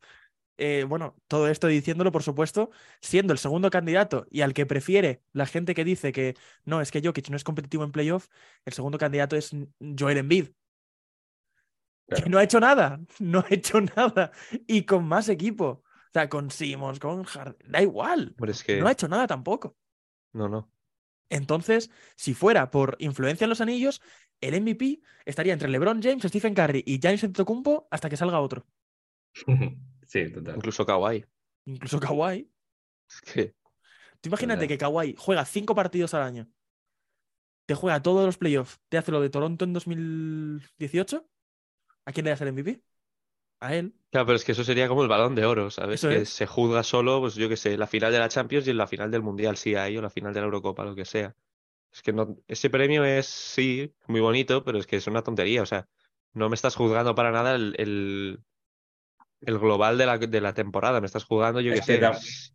Speaker 2: Eh, bueno, todo esto diciéndolo, por supuesto, siendo el segundo candidato y al que prefiere la gente que dice que no, es que Jokic no es competitivo en playoff, el segundo candidato es Joel Embiid.
Speaker 1: Claro.
Speaker 2: Que *laughs* no ha hecho nada, no ha hecho nada. Y con más equipo. O sea, con Simmons, con Harden, da igual.
Speaker 3: Hombre, es que
Speaker 2: No ha hecho nada tampoco.
Speaker 3: no, no.
Speaker 2: Entonces, si fuera por influencia en los anillos, el MVP estaría entre LeBron James, Stephen Curry y James Antetokounmpo hasta que salga otro.
Speaker 1: Sí, total.
Speaker 3: Incluso Kawhi.
Speaker 2: Incluso Kawhi.
Speaker 3: Es que
Speaker 2: Tú imagínate
Speaker 1: Verdad.
Speaker 2: que Kawhi juega cinco partidos al año. Te juega todos los playoffs. Te hace lo de Toronto en 2018. ¿A quién le das el MVP? A él.
Speaker 3: Claro, pero es que eso sería como el balón de oro, ¿sabes?
Speaker 2: Eso
Speaker 3: que
Speaker 2: es.
Speaker 3: se juzga solo, pues yo qué sé, la final de la Champions y en la final del Mundial, si hay, o la final de la Eurocopa, lo que sea. Es que no, ese premio es, sí, muy bonito, pero es que es una tontería, o sea, no me estás juzgando para nada el, el, el global de la, de la temporada, me estás juzgando, yo qué
Speaker 1: Es que
Speaker 3: sé,
Speaker 1: tam-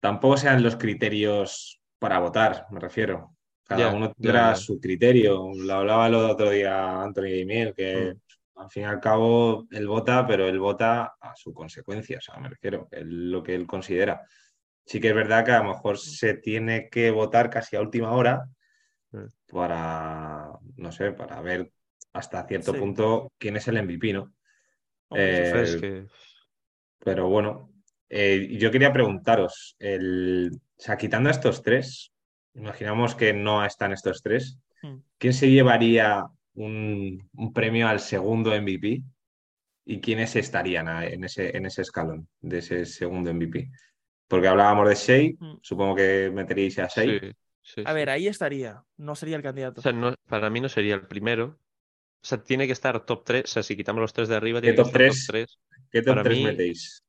Speaker 1: Tampoco sean los criterios para votar, me refiero. Cada
Speaker 3: Ya,
Speaker 1: uno
Speaker 3: ya,
Speaker 1: tendrá
Speaker 3: ya.
Speaker 1: su criterio. Lo hablaba el otro día Anthony Miel, que
Speaker 3: Mm.
Speaker 1: al fin y al cabo él vota, pero él vota a su consecuencia, o sea, me refiero, él- lo que él considera. Sí que es verdad que a lo mejor se tiene que votar casi a última hora
Speaker 3: Mm.
Speaker 1: para, no sé, para ver hasta cierto
Speaker 2: Sí.
Speaker 1: punto quién es el MVP, ¿no?
Speaker 2: Hombre, eso
Speaker 1: Eh,
Speaker 3: es que
Speaker 1: Pero bueno, eh, yo quería preguntaros, el, o sea, quitando a estos tres, imaginamos que no están estos tres,
Speaker 2: Hmm.
Speaker 1: ¿quién se llevaría un, un premio al segundo MVP? ¿Y quiénes estarían a- en ese, en ese escalón de ese segundo MVP? Porque hablábamos de Shea,
Speaker 2: Hmm.
Speaker 1: supongo que meteríais a Shea.
Speaker 3: sí, sí,
Speaker 2: A
Speaker 3: sí.
Speaker 2: ver, ahí estaría. No sería el
Speaker 3: O
Speaker 2: candidato.
Speaker 3: sea, no- para mí no sería el primero. O sea, tiene que estar top 3, o sea, si quitamos los tres de arriba,
Speaker 1: ¿Qué
Speaker 3: tiene que
Speaker 1: top
Speaker 3: estar top
Speaker 1: tres?
Speaker 3: 3.
Speaker 1: ¿Qué top
Speaker 3: Para
Speaker 1: tres
Speaker 3: mí-
Speaker 1: metéis?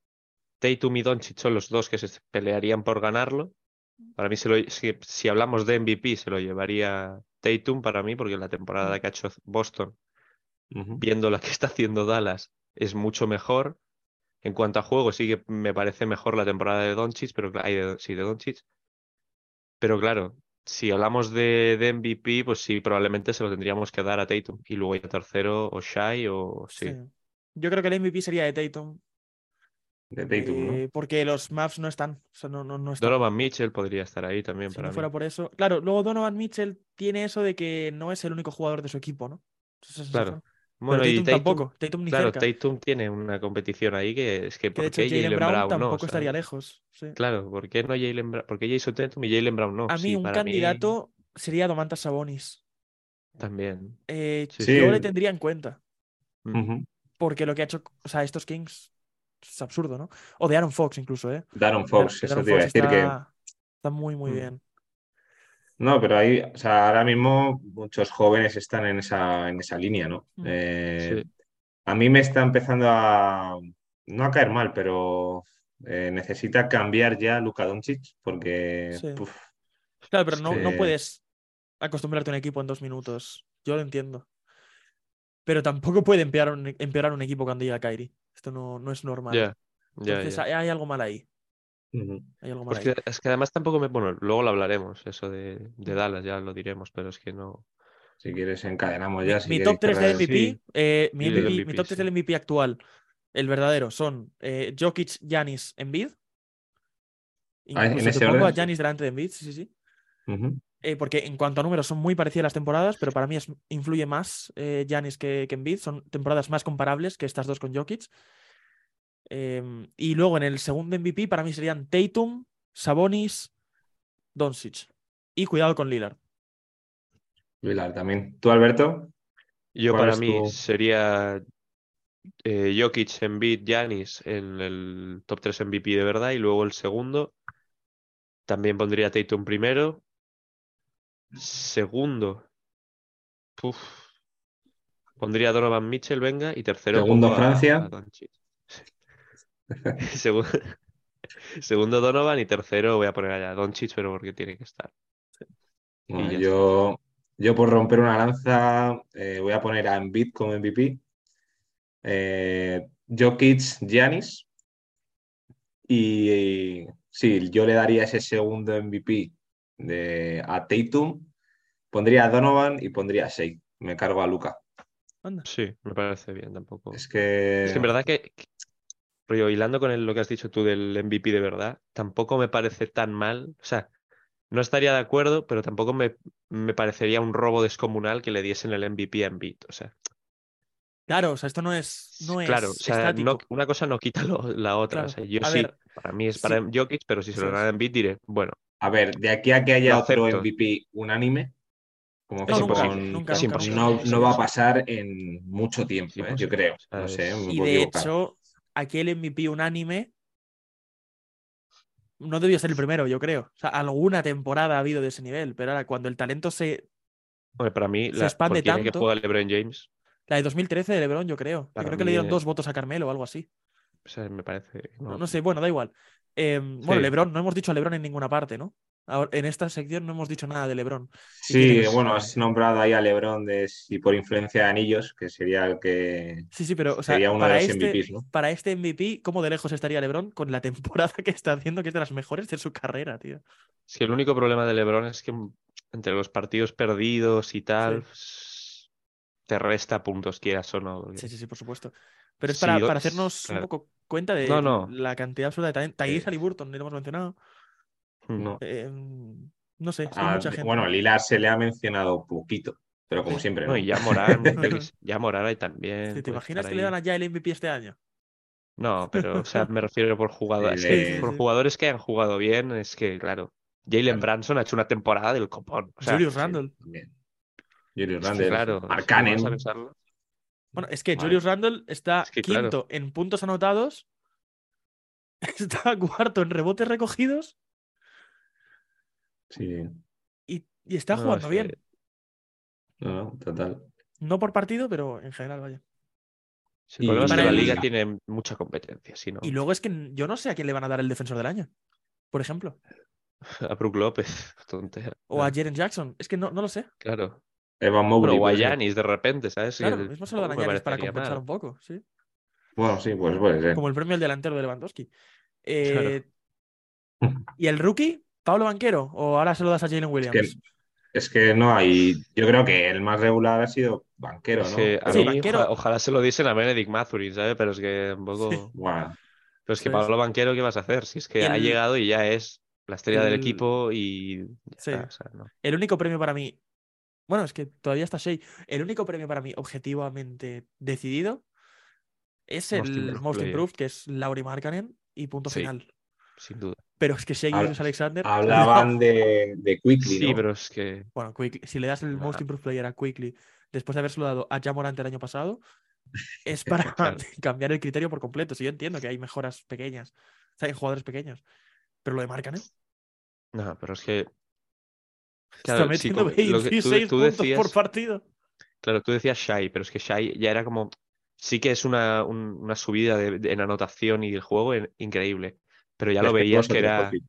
Speaker 3: Tatum y Doncic son los dos que se pelearían por ganarlo. Para mí, se lo- si, si hablamos de MVP, se lo llevaría Tatum para mí, porque la temporada que ha hecho Boston,
Speaker 1: Ujú.
Speaker 3: viendo la que está haciendo Dallas, es mucho mejor. En cuanto a juego, sí que me parece mejor la temporada de Doncic, pero cla- ay, de- sí, de Doncic. Pero claro, si hablamos de, de MVP, pues sí, probablemente se lo tendríamos que dar a Tatum. Y luego ya tercero, o Shai, o sí.
Speaker 2: Sí. Yo creo que el MVP sería de Tatum.
Speaker 1: De Tatum, ¿no?
Speaker 2: eh, Porque los maps no están. O sea, no, no, no están.
Speaker 3: Donovan Mitchell podría estar ahí también
Speaker 2: si
Speaker 3: para
Speaker 2: no
Speaker 3: mí.
Speaker 2: fuera por eso. Claro, luego Donovan Mitchell tiene eso de que no es el único jugador de su equipo, ¿no? Esa sensación.
Speaker 3: Claro.
Speaker 2: Pero
Speaker 3: Bueno, y
Speaker 2: Tatum,
Speaker 3: Tatum-
Speaker 2: tampoco. Tatum ni
Speaker 3: Claro,
Speaker 2: cerca.
Speaker 3: Tatum tiene una competición ahí que es que
Speaker 2: que
Speaker 3: ¿por
Speaker 2: de hecho
Speaker 3: qué
Speaker 2: Jalen Brown, tampoco
Speaker 3: no?
Speaker 2: estaría
Speaker 3: ¿Sabes?
Speaker 2: lejos. sí.
Speaker 3: Claro, ¿por qué no Jalen Brown? ¿Por qué Jason Tatum y Jalen Brown no?
Speaker 2: A mí
Speaker 3: Sí,
Speaker 2: un
Speaker 3: para mí
Speaker 2: candidato sería Domantas Sabonis.
Speaker 3: también.
Speaker 2: Eh,
Speaker 3: Sí,
Speaker 1: Sí.
Speaker 2: Yo le tendría en cuenta.
Speaker 3: Mm.
Speaker 1: Ujú.
Speaker 2: Porque lo que ha hecho, o sea, estos Kings es absurdo, ¿no? O de Aaron Fox incluso, ¿eh?
Speaker 1: Darren Fox,
Speaker 2: Dar-
Speaker 1: eso
Speaker 2: Darren
Speaker 1: te iba a
Speaker 2: Fox
Speaker 1: decir que...
Speaker 2: está, está muy, muy
Speaker 3: Mm.
Speaker 2: bien.
Speaker 1: No, pero ahí, o sea, ahora mismo muchos jóvenes están en esa, en esa línea, ¿no?
Speaker 2: Mm.
Speaker 1: Eh,
Speaker 3: Sí.
Speaker 1: a mí me está empezando a, no a caer mal, pero eh, necesita cambiar ya Luka Doncic porque
Speaker 2: Sí.
Speaker 1: puf,
Speaker 2: Claro, pero
Speaker 3: Es
Speaker 2: no, no
Speaker 1: que-
Speaker 2: puedes acostumbrarte a un equipo en dos minutos. Yo lo entiendo. Pero tampoco puede empeorar un, empeorar un equipo cuando llega Kairi. Esto no, no es normal.
Speaker 3: Ya, ya,
Speaker 2: Entonces
Speaker 3: ya.
Speaker 2: hay, hay algo mal ahí.
Speaker 1: ujú,
Speaker 2: Hay algo mal
Speaker 3: Pues
Speaker 2: ahí.
Speaker 3: que- es que además tampoco me... Bueno, luego lo hablaremos, eso de, de Dallas, ya lo diremos, pero es que no...
Speaker 1: si quieres encadenamos
Speaker 2: Mi,
Speaker 1: ya. si
Speaker 2: mi
Speaker 1: queréis
Speaker 2: top 3
Speaker 1: cerrar
Speaker 2: del
Speaker 1: el-
Speaker 2: MVP,
Speaker 3: Sí.
Speaker 2: eh, mi,
Speaker 3: Sí, del
Speaker 2: MVP, mi
Speaker 3: MVP,
Speaker 2: top 3
Speaker 3: sí.
Speaker 2: del MVP actual, el verdadero, son eh, Jokic, Giannis, Envid.
Speaker 1: Ah, ¿en
Speaker 2: Incluso te
Speaker 1: ese
Speaker 3: Ah,
Speaker 2: pongo a
Speaker 1: orden?
Speaker 2: Giannis delante de Embiid, sí, sí, sí.
Speaker 1: Ujú,
Speaker 2: eh, porque en cuanto a números son muy parecidas las temporadas, pero para mí es- influye más eh, Giannis que, que Embiid. Son temporadas más comparables que estas dos con Jokic. Eh, y luego en el segundo MVP para mí serían Tatum, Sabonis, Doncic. Y cuidado con Lillard.
Speaker 1: Lillard también. ¿Tú, Alberto?
Speaker 3: Yo
Speaker 1: ¿Cuál
Speaker 3: para
Speaker 1: es
Speaker 3: mí
Speaker 1: tu-
Speaker 3: sería eh, Jokic, Embiid, Giannis en el top 3 MVP de verdad y luego el segundo. También pondría Tatum primero. Segundo. Puf. Pondría a Donovan Mitchell, venga, y tercero
Speaker 1: Segundo,
Speaker 3: pongo a-
Speaker 1: Francia.
Speaker 3: a Doncic. *laughs* Segu- *laughs* Segundo Donovan y tercero voy a poner a Doncic, pero porque tiene que estar.
Speaker 1: Bueno,
Speaker 3: ya
Speaker 1: yo, yo por romper una lanza eh, voy a poner a Embiid como MVP. Eh, Jokic, Giannis. Y, eh, sí, yo le daría ese segundo MVP de, a Tatum. Pondría a Donovan y pondría a Shea. Me cargo a Luca.
Speaker 2: Anda.
Speaker 3: Sí, me parece bien tampoco.
Speaker 1: Es que,
Speaker 3: Es que en verdad que, que- rollo, hilando con el- lo que has dicho tú del MVP de verdad, tampoco me parece tan mal. O sea, no estaría de acuerdo, pero tampoco me, me parecería un robo descomunal que le diesen el MVP a Embiid. O sea,
Speaker 2: Claro, o sea, esto no es, no es
Speaker 3: claro, o sea, no-
Speaker 2: estático.
Speaker 3: una cosa no quita lo- la otra. O sea,
Speaker 2: Claro.
Speaker 3: yo
Speaker 2: A
Speaker 3: sí,
Speaker 2: ver,
Speaker 3: para mí es
Speaker 2: sí.
Speaker 3: para Jokic, pero si se lo
Speaker 2: Eso
Speaker 3: dan a Embiid diré, bueno,
Speaker 1: a ver, de aquí a que haya
Speaker 3: Lo
Speaker 1: otro
Speaker 3: acepto.
Speaker 1: MVP unánime, como
Speaker 2: No,
Speaker 1: fue con-
Speaker 2: nunca, nunca,
Speaker 1: con-
Speaker 3: es
Speaker 2: nunca,
Speaker 3: imposible.
Speaker 1: no,
Speaker 2: nunca.
Speaker 1: no va a pasar en mucho tiempo,
Speaker 3: Sí,
Speaker 1: ¿eh?
Speaker 3: pues,
Speaker 1: yo creo.
Speaker 3: o sea,
Speaker 1: No sé,
Speaker 3: es-
Speaker 1: me
Speaker 2: Y
Speaker 1: puedo
Speaker 2: de
Speaker 1: equivocar.
Speaker 2: hecho, aquí el MVP unánime no debió ser el primero, yo creo. O sea, alguna temporada ha habido de ese nivel, pero ahora cuando el talento se.
Speaker 3: hombre, para mí,
Speaker 2: Se
Speaker 3: la,
Speaker 2: expande
Speaker 3: cualquiera que
Speaker 2: tanto.
Speaker 3: juega LeBron James,
Speaker 2: La de 2013 de LeBron, yo creo.
Speaker 3: Para
Speaker 2: yo creo que le
Speaker 3: mí,
Speaker 2: dieron
Speaker 3: eh.
Speaker 2: dos votos a Carmelo o algo así.
Speaker 3: o sea, me parece.
Speaker 2: No,
Speaker 3: no,
Speaker 2: no sé, bueno, da igual. Eh, bueno,
Speaker 3: Sí.
Speaker 2: LeBron, no hemos dicho a LeBron en ninguna parte, ¿no? Ahora, en esta sección no hemos dicho nada de LeBron.
Speaker 1: Sí,
Speaker 2: tienes-
Speaker 1: bueno, has nombrado ahí a LeBron de si por influencia de anillos, que sería el que
Speaker 2: Sí, sí, pero o sea,
Speaker 1: sería uno de
Speaker 2: para
Speaker 1: los
Speaker 2: este-
Speaker 1: MVPs, ¿no?
Speaker 2: para este MVP, ¿cómo de lejos estaría LeBron con la *laughs* temporada que está haciendo, que es de las mejores de su carrera, tío?
Speaker 3: Si el único problema de LeBron es que mm, entre los partidos perdidos y tal, s- te resta puntos, quieras o no. porque-
Speaker 2: Sí, sí, sí, por supuesto. Pero es
Speaker 3: Sí,
Speaker 2: para,
Speaker 3: o-
Speaker 2: para hacernos
Speaker 3: claro. Eh.
Speaker 2: un poco cuenta de
Speaker 3: No, no.
Speaker 2: la cantidad absurda de talento. Tyrese
Speaker 3: Sí.
Speaker 2: Haliburton, ni lo hemos mencionado.
Speaker 3: Mm.
Speaker 1: No.
Speaker 2: Eh, no sé, son
Speaker 1: Ah,
Speaker 2: mucha gente.
Speaker 1: Bueno, Lillard se le ha mencionado poquito, pero como
Speaker 2: Sí.
Speaker 1: siempre,
Speaker 3: No,
Speaker 1: ¿no?
Speaker 3: y ya Morán,
Speaker 2: *laughs*
Speaker 3: yo qué sé, ya Morán ahí también.
Speaker 2: ¿Te, te
Speaker 3: puede
Speaker 2: imaginas
Speaker 3: estar
Speaker 2: que le
Speaker 3: ahí.
Speaker 2: dan allá el MVP este año?
Speaker 3: No, pero o sea, me refiero por jugadores,
Speaker 1: Sí, sí,
Speaker 3: por
Speaker 2: sí.
Speaker 3: jugadores que han jugado bien, es que claro, Jalen
Speaker 1: Claro.
Speaker 3: Branson ha hecho una temporada del copón. O sea,
Speaker 2: Julius
Speaker 3: sí,
Speaker 2: Randle.
Speaker 1: También. Julius
Speaker 3: es que
Speaker 1: Randle,
Speaker 3: claro,
Speaker 1: Mark
Speaker 3: si te pones a
Speaker 1: Cannon.
Speaker 3: pensarlo,
Speaker 2: Bueno, es que
Speaker 1: Madre.
Speaker 2: Julius Randle está
Speaker 3: Es que, claro.
Speaker 2: quinto en puntos anotados, *laughs* está cuarto en rebotes recogidos
Speaker 1: Sí,
Speaker 2: y, y está
Speaker 3: no,
Speaker 2: jugando
Speaker 3: es
Speaker 2: bien.
Speaker 3: que-
Speaker 1: no, no, total.
Speaker 2: No por partido, pero en general, vaya.
Speaker 3: sí, el problema es
Speaker 2: Y-
Speaker 3: que la
Speaker 2: Para el-
Speaker 3: liga tiene mucha competencia, si no,
Speaker 2: Y luego es que n- yo no sé a quién le van a dar el defensor del año, por ejemplo.
Speaker 3: *laughs* a Brook López, *laughs* tontera.
Speaker 2: O a Jaren Jackson. Es que no, no lo sé.
Speaker 3: Claro.
Speaker 1: Evan Mobley.
Speaker 3: Bueno, o a
Speaker 1: puede ser.
Speaker 3: Giannis de repente, ¿sabes?
Speaker 2: Claro,
Speaker 3: El-
Speaker 2: mismo se lo dan a
Speaker 3: tampoco me
Speaker 2: Giannis para
Speaker 3: parecería
Speaker 2: compensar
Speaker 3: mal.
Speaker 2: un poco, sí.
Speaker 1: Bueno, sí, pues puede ser.
Speaker 2: Como el premio al delantero de Lewandowski. Eh, ¿Y el rookie? ¿Pablo Banquero? ¿O ahora se lo das a Jalen Williams?
Speaker 1: Es que, es que no hay. Yo creo que el más regular ha sido banquero, ¿no?
Speaker 3: Es que a
Speaker 1: Pero,
Speaker 3: mí,
Speaker 2: Banquero-
Speaker 3: oja- ojalá se lo diesen a Benedict Mathurin, ¿sabes? Pero es que tampoco.
Speaker 2: Sí.
Speaker 1: bueno,
Speaker 3: Pero es que
Speaker 2: Pues-
Speaker 3: Pablo Banquero, ¿qué vas a hacer? Si es que ha
Speaker 2: El-
Speaker 3: llegado y ya es la estrella del
Speaker 2: el-
Speaker 3: equipo y. ya
Speaker 2: Sí.
Speaker 3: está, o sea, no.
Speaker 2: El único premio para mí. Bueno, es que todavía está Shea. El único premio para mí objetivamente decidido es el
Speaker 3: Most
Speaker 2: Most Improved,
Speaker 3: Improved Player.
Speaker 2: que es Lauri Markkanen y punto
Speaker 3: Sí.
Speaker 2: final.
Speaker 3: Sin duda.
Speaker 2: Pero es que Shea y
Speaker 1: Habla-
Speaker 2: Gilgeous Alexander.
Speaker 1: hablaban de, de Quickly,
Speaker 3: Sí,
Speaker 1: ¿no?
Speaker 3: pero es que.
Speaker 2: *laughs* Bueno, Quickly, si le das el Most
Speaker 3: Nah.
Speaker 2: Improved Player a Quickly después de habérselo dado a Jamorant el año pasado,
Speaker 3: *laughs*
Speaker 2: es para
Speaker 3: Claro.
Speaker 2: *laughs* cambiar el criterio por completo. Si yo entiendo que hay mejoras pequeñas, o sea, hay jugadores pequeños, pero lo de Markkanen *laughs*
Speaker 3: No, pero es que.
Speaker 2: está
Speaker 3: Claro, sí,
Speaker 2: metiendo
Speaker 3: como- lo que tú-
Speaker 2: 26
Speaker 3: tú
Speaker 2: puntos
Speaker 3: decías-
Speaker 2: por partido.
Speaker 3: Claro, tú decías Shai, pero es que Shai ya era como. Sí que es una, un- una subida de- de- en anotación y el juego en- increíble. Pero ya lo
Speaker 1: Es que
Speaker 3: veías
Speaker 1: dos o
Speaker 3: que
Speaker 1: tres
Speaker 3: era.
Speaker 1: fácil.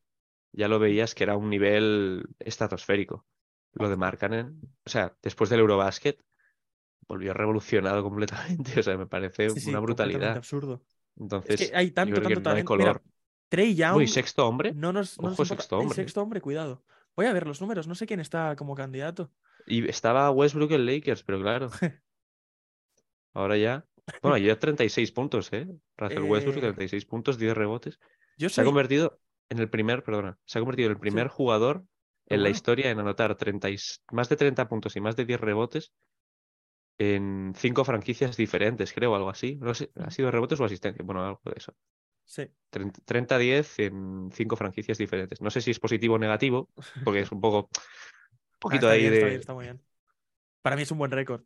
Speaker 3: ya lo veías que era un nivel estratosférico. Lo de Markkanen, o sea, después del Eurobasket, volvió revolucionado *laughs* completamente. O sea, me parece
Speaker 2: Sí, sí,
Speaker 3: una
Speaker 2: completamente
Speaker 3: brutalidad.
Speaker 2: absurdo.
Speaker 3: Entonces,
Speaker 2: Es que hay tanto,
Speaker 3: creo que
Speaker 2: tanto
Speaker 3: no hay
Speaker 2: talento. Mira,
Speaker 3: color.
Speaker 2: Trey Young.
Speaker 3: uy, sexto hombre.
Speaker 2: No nos, no nos
Speaker 3: Ojo,
Speaker 2: importa.
Speaker 3: sexto
Speaker 2: Ey,
Speaker 3: hombre.
Speaker 2: sexto hombre, cuidado. Voy a ver los números, no sé quién está como candidato.
Speaker 3: Y estaba Westbrook en Lakers, pero
Speaker 2: *laughs*
Speaker 3: claro. Ahora ya. Bueno, ya 36 puntos, ¿eh? Russell Westbrook,
Speaker 2: Eh.
Speaker 3: 36 puntos, 10 rebotes.
Speaker 2: Yo
Speaker 3: Se ha
Speaker 2: soy,
Speaker 3: convertido en el primer, perdona, se ha convertido en el primer jugador en la
Speaker 2: Bueno.
Speaker 3: historia en anotar 30 y- más de 30 puntos y más de 10 rebotes en cinco franquicias diferentes, creo, algo así. No sé, ha sido rebotes o asistencia, bueno, algo de eso.
Speaker 2: Sí. Ah,
Speaker 3: 30-10 en cinco franquicias diferentes. No sé si es positivo o negativo, porque es un poco... Un poquito
Speaker 2: Ah, está bien,
Speaker 3: ahí de...
Speaker 2: está bien, está muy bien. Para mí es un buen récord.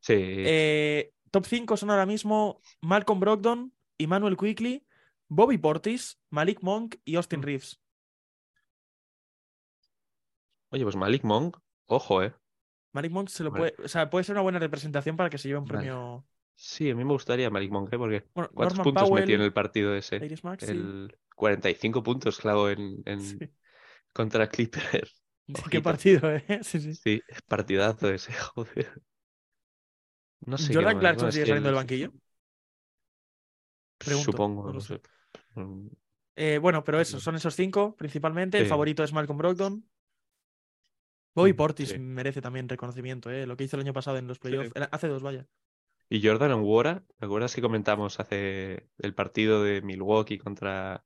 Speaker 3: Sí,
Speaker 2: Eh, top 5 son ahora mismo Malcolm Brogdon, Emmanuel Quickly, Bobby Portis, Malik Monk y Austin
Speaker 3: Mm.
Speaker 2: Reeves.
Speaker 3: Oye, pues Malik Monk, ojo, ¿eh?
Speaker 2: Malik Monk se lo
Speaker 3: Vale.
Speaker 2: puede, o sea, puede ser una buena representación para que se lleve un
Speaker 3: Vale.
Speaker 2: premio.
Speaker 3: Sí, a mí me gustaría Malik Monk, ¿eh? Porque
Speaker 2: Bueno,
Speaker 3: ¿cuántos
Speaker 2: Norman
Speaker 3: puntos
Speaker 2: Powell,
Speaker 3: metió en el partido ese?
Speaker 2: Tyrese Maxey.
Speaker 3: El 45 puntos, claro, en, en-
Speaker 2: *laughs* Sí.
Speaker 3: contra Clipper. *laughs*
Speaker 2: Sí,
Speaker 3: Ojito.
Speaker 2: Qué partido, ¿eh? *laughs* Sí, sí.
Speaker 3: Sí, partidazo ese, *laughs* joder. No sé qué
Speaker 2: Jordan
Speaker 3: más,
Speaker 2: Clarkson
Speaker 3: no, es
Speaker 2: sigue
Speaker 3: que
Speaker 2: saliendo del
Speaker 3: el-
Speaker 2: banquillo. Pregunto,
Speaker 3: Supongo,
Speaker 2: no lo
Speaker 3: no
Speaker 2: sé.
Speaker 3: sé. Mm,
Speaker 2: Eh, bueno, pero eso, son esos cinco principalmente. El
Speaker 3: Sí.
Speaker 2: favorito es Malcolm Brogdon. Bobby
Speaker 3: Mm,
Speaker 2: Portis
Speaker 3: sí.
Speaker 2: merece también reconocimiento, ¿eh? Lo que hizo el año pasado en los playoffs. el- Hace dos, vaya.
Speaker 3: Y Jordan Nwora, ¿te acuerdas que comentamos hace el partido de Milwaukee contra,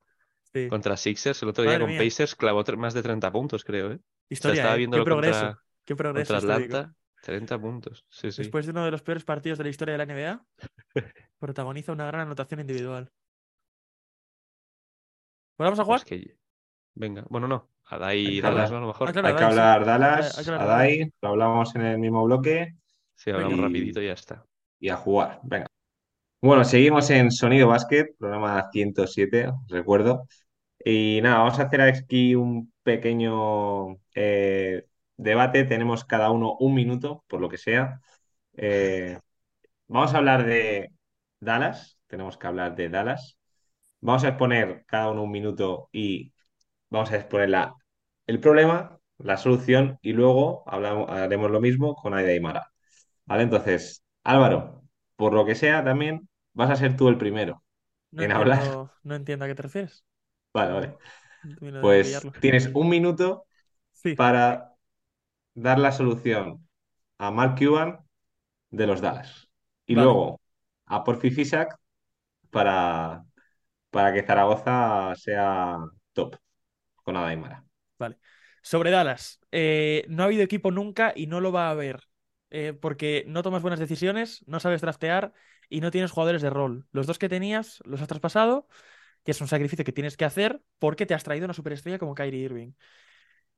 Speaker 2: Sí.
Speaker 3: contra Sixers? El otro día
Speaker 2: Madre
Speaker 3: con
Speaker 2: mía.
Speaker 3: Pacers clavó tre- más de 30 puntos, creo, ¿eh? O sea,
Speaker 2: Historia,
Speaker 3: estaba
Speaker 2: ¿eh?
Speaker 3: viendo
Speaker 2: Qué
Speaker 3: viéndolo
Speaker 2: progreso.
Speaker 3: contra,
Speaker 2: Qué progreso.
Speaker 3: contra
Speaker 2: histórico.
Speaker 3: Atlanta, 30 puntos. Sí, sí.
Speaker 2: Después de uno de los peores partidos de la historia de la
Speaker 3: *laughs*
Speaker 2: NBA, protagoniza una gran anotación individual. ¿Volvamos a jugar?
Speaker 3: Pues que- Venga, bueno, no. Adai
Speaker 1: Hay
Speaker 3: y
Speaker 1: que
Speaker 3: Dallas,
Speaker 1: hablar.
Speaker 3: ¿no? A lo mejor.
Speaker 2: Ah, claro.
Speaker 1: Hay que
Speaker 2: Dallas, sí.
Speaker 1: hablar
Speaker 2: Hay
Speaker 1: Dallas,
Speaker 2: que hablar
Speaker 1: Adai, lo hablamos en el mismo bloque
Speaker 3: Sí, hablamos
Speaker 1: Venga.
Speaker 3: rapidito y ya está.
Speaker 1: y a jugar. Venga. Bueno, seguimos en Sonido Básquet, programa 107, os recuerdo. Y nada, vamos a hacer aquí un pequeño eh, debate. Tenemos cada uno un minuto, por lo que sea. Eh, vamos a hablar de Dallas. Tenemos que hablar de Dallas. Vamos a exponer cada uno un minuto y vamos a exponer la- el problema, la solución y luego hablamos- haremos lo mismo con Aida y Mara. Vale, entonces, Álvaro, por lo que sea también, vas a ser tú el primero.
Speaker 2: No
Speaker 1: ¿Quién habla?
Speaker 2: entiendo, no entiendo a qué te refieres.
Speaker 1: Vale,
Speaker 2: No-
Speaker 1: vale.
Speaker 2: no termino de
Speaker 1: Pues
Speaker 2: pillarlo.
Speaker 1: tienes un minuto
Speaker 2: Sí.
Speaker 1: para dar la solución a Mark Cuban de los Dallas. Y
Speaker 2: Vale.
Speaker 1: luego a Porfi Fisac para, para que Zaragoza sea top con Adaimara.
Speaker 2: Sobre Dallas, eh, no ha habido equipo nunca y no lo va a haber. eh, porque no tomas buenas decisiones, no sabes draftear y no tienes jugadores de rol. Los dos que tenías los has traspasado, que es un sacrificio que tienes que hacer porque te has traído una superestrella como Kyrie Irving.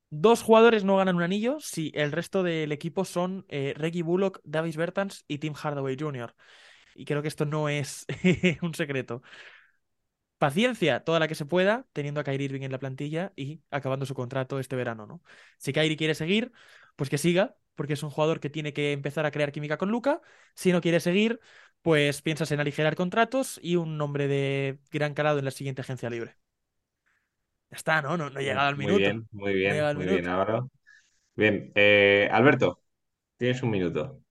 Speaker 2: Dos jugadores no ganan un anillo si el resto del equipo son eh, Reggie Bullock, Davis Bertans y Tim Hardaway Jr. Y creo que esto no es *laughs* un secreto. Paciencia, toda la que se pueda, teniendo a Kyrie Irving en la plantilla y acabando su contrato este verano, ¿no? Si Kyrie quiere seguir, pues que siga, porque es un jugador que tiene que empezar a crear química con Luca. Si no quiere seguir, pues piensas en aligerar contratos y un nombre de gran calado en la siguiente agencia libre. Ya está, ¿no? No, no he llegado al
Speaker 1: Muy
Speaker 2: minuto.
Speaker 1: bien, muy bien,
Speaker 2: llegado al
Speaker 1: muy
Speaker 2: minuto.
Speaker 1: bien, Álvaro. Bien, eh, Alberto, tienes un minuto.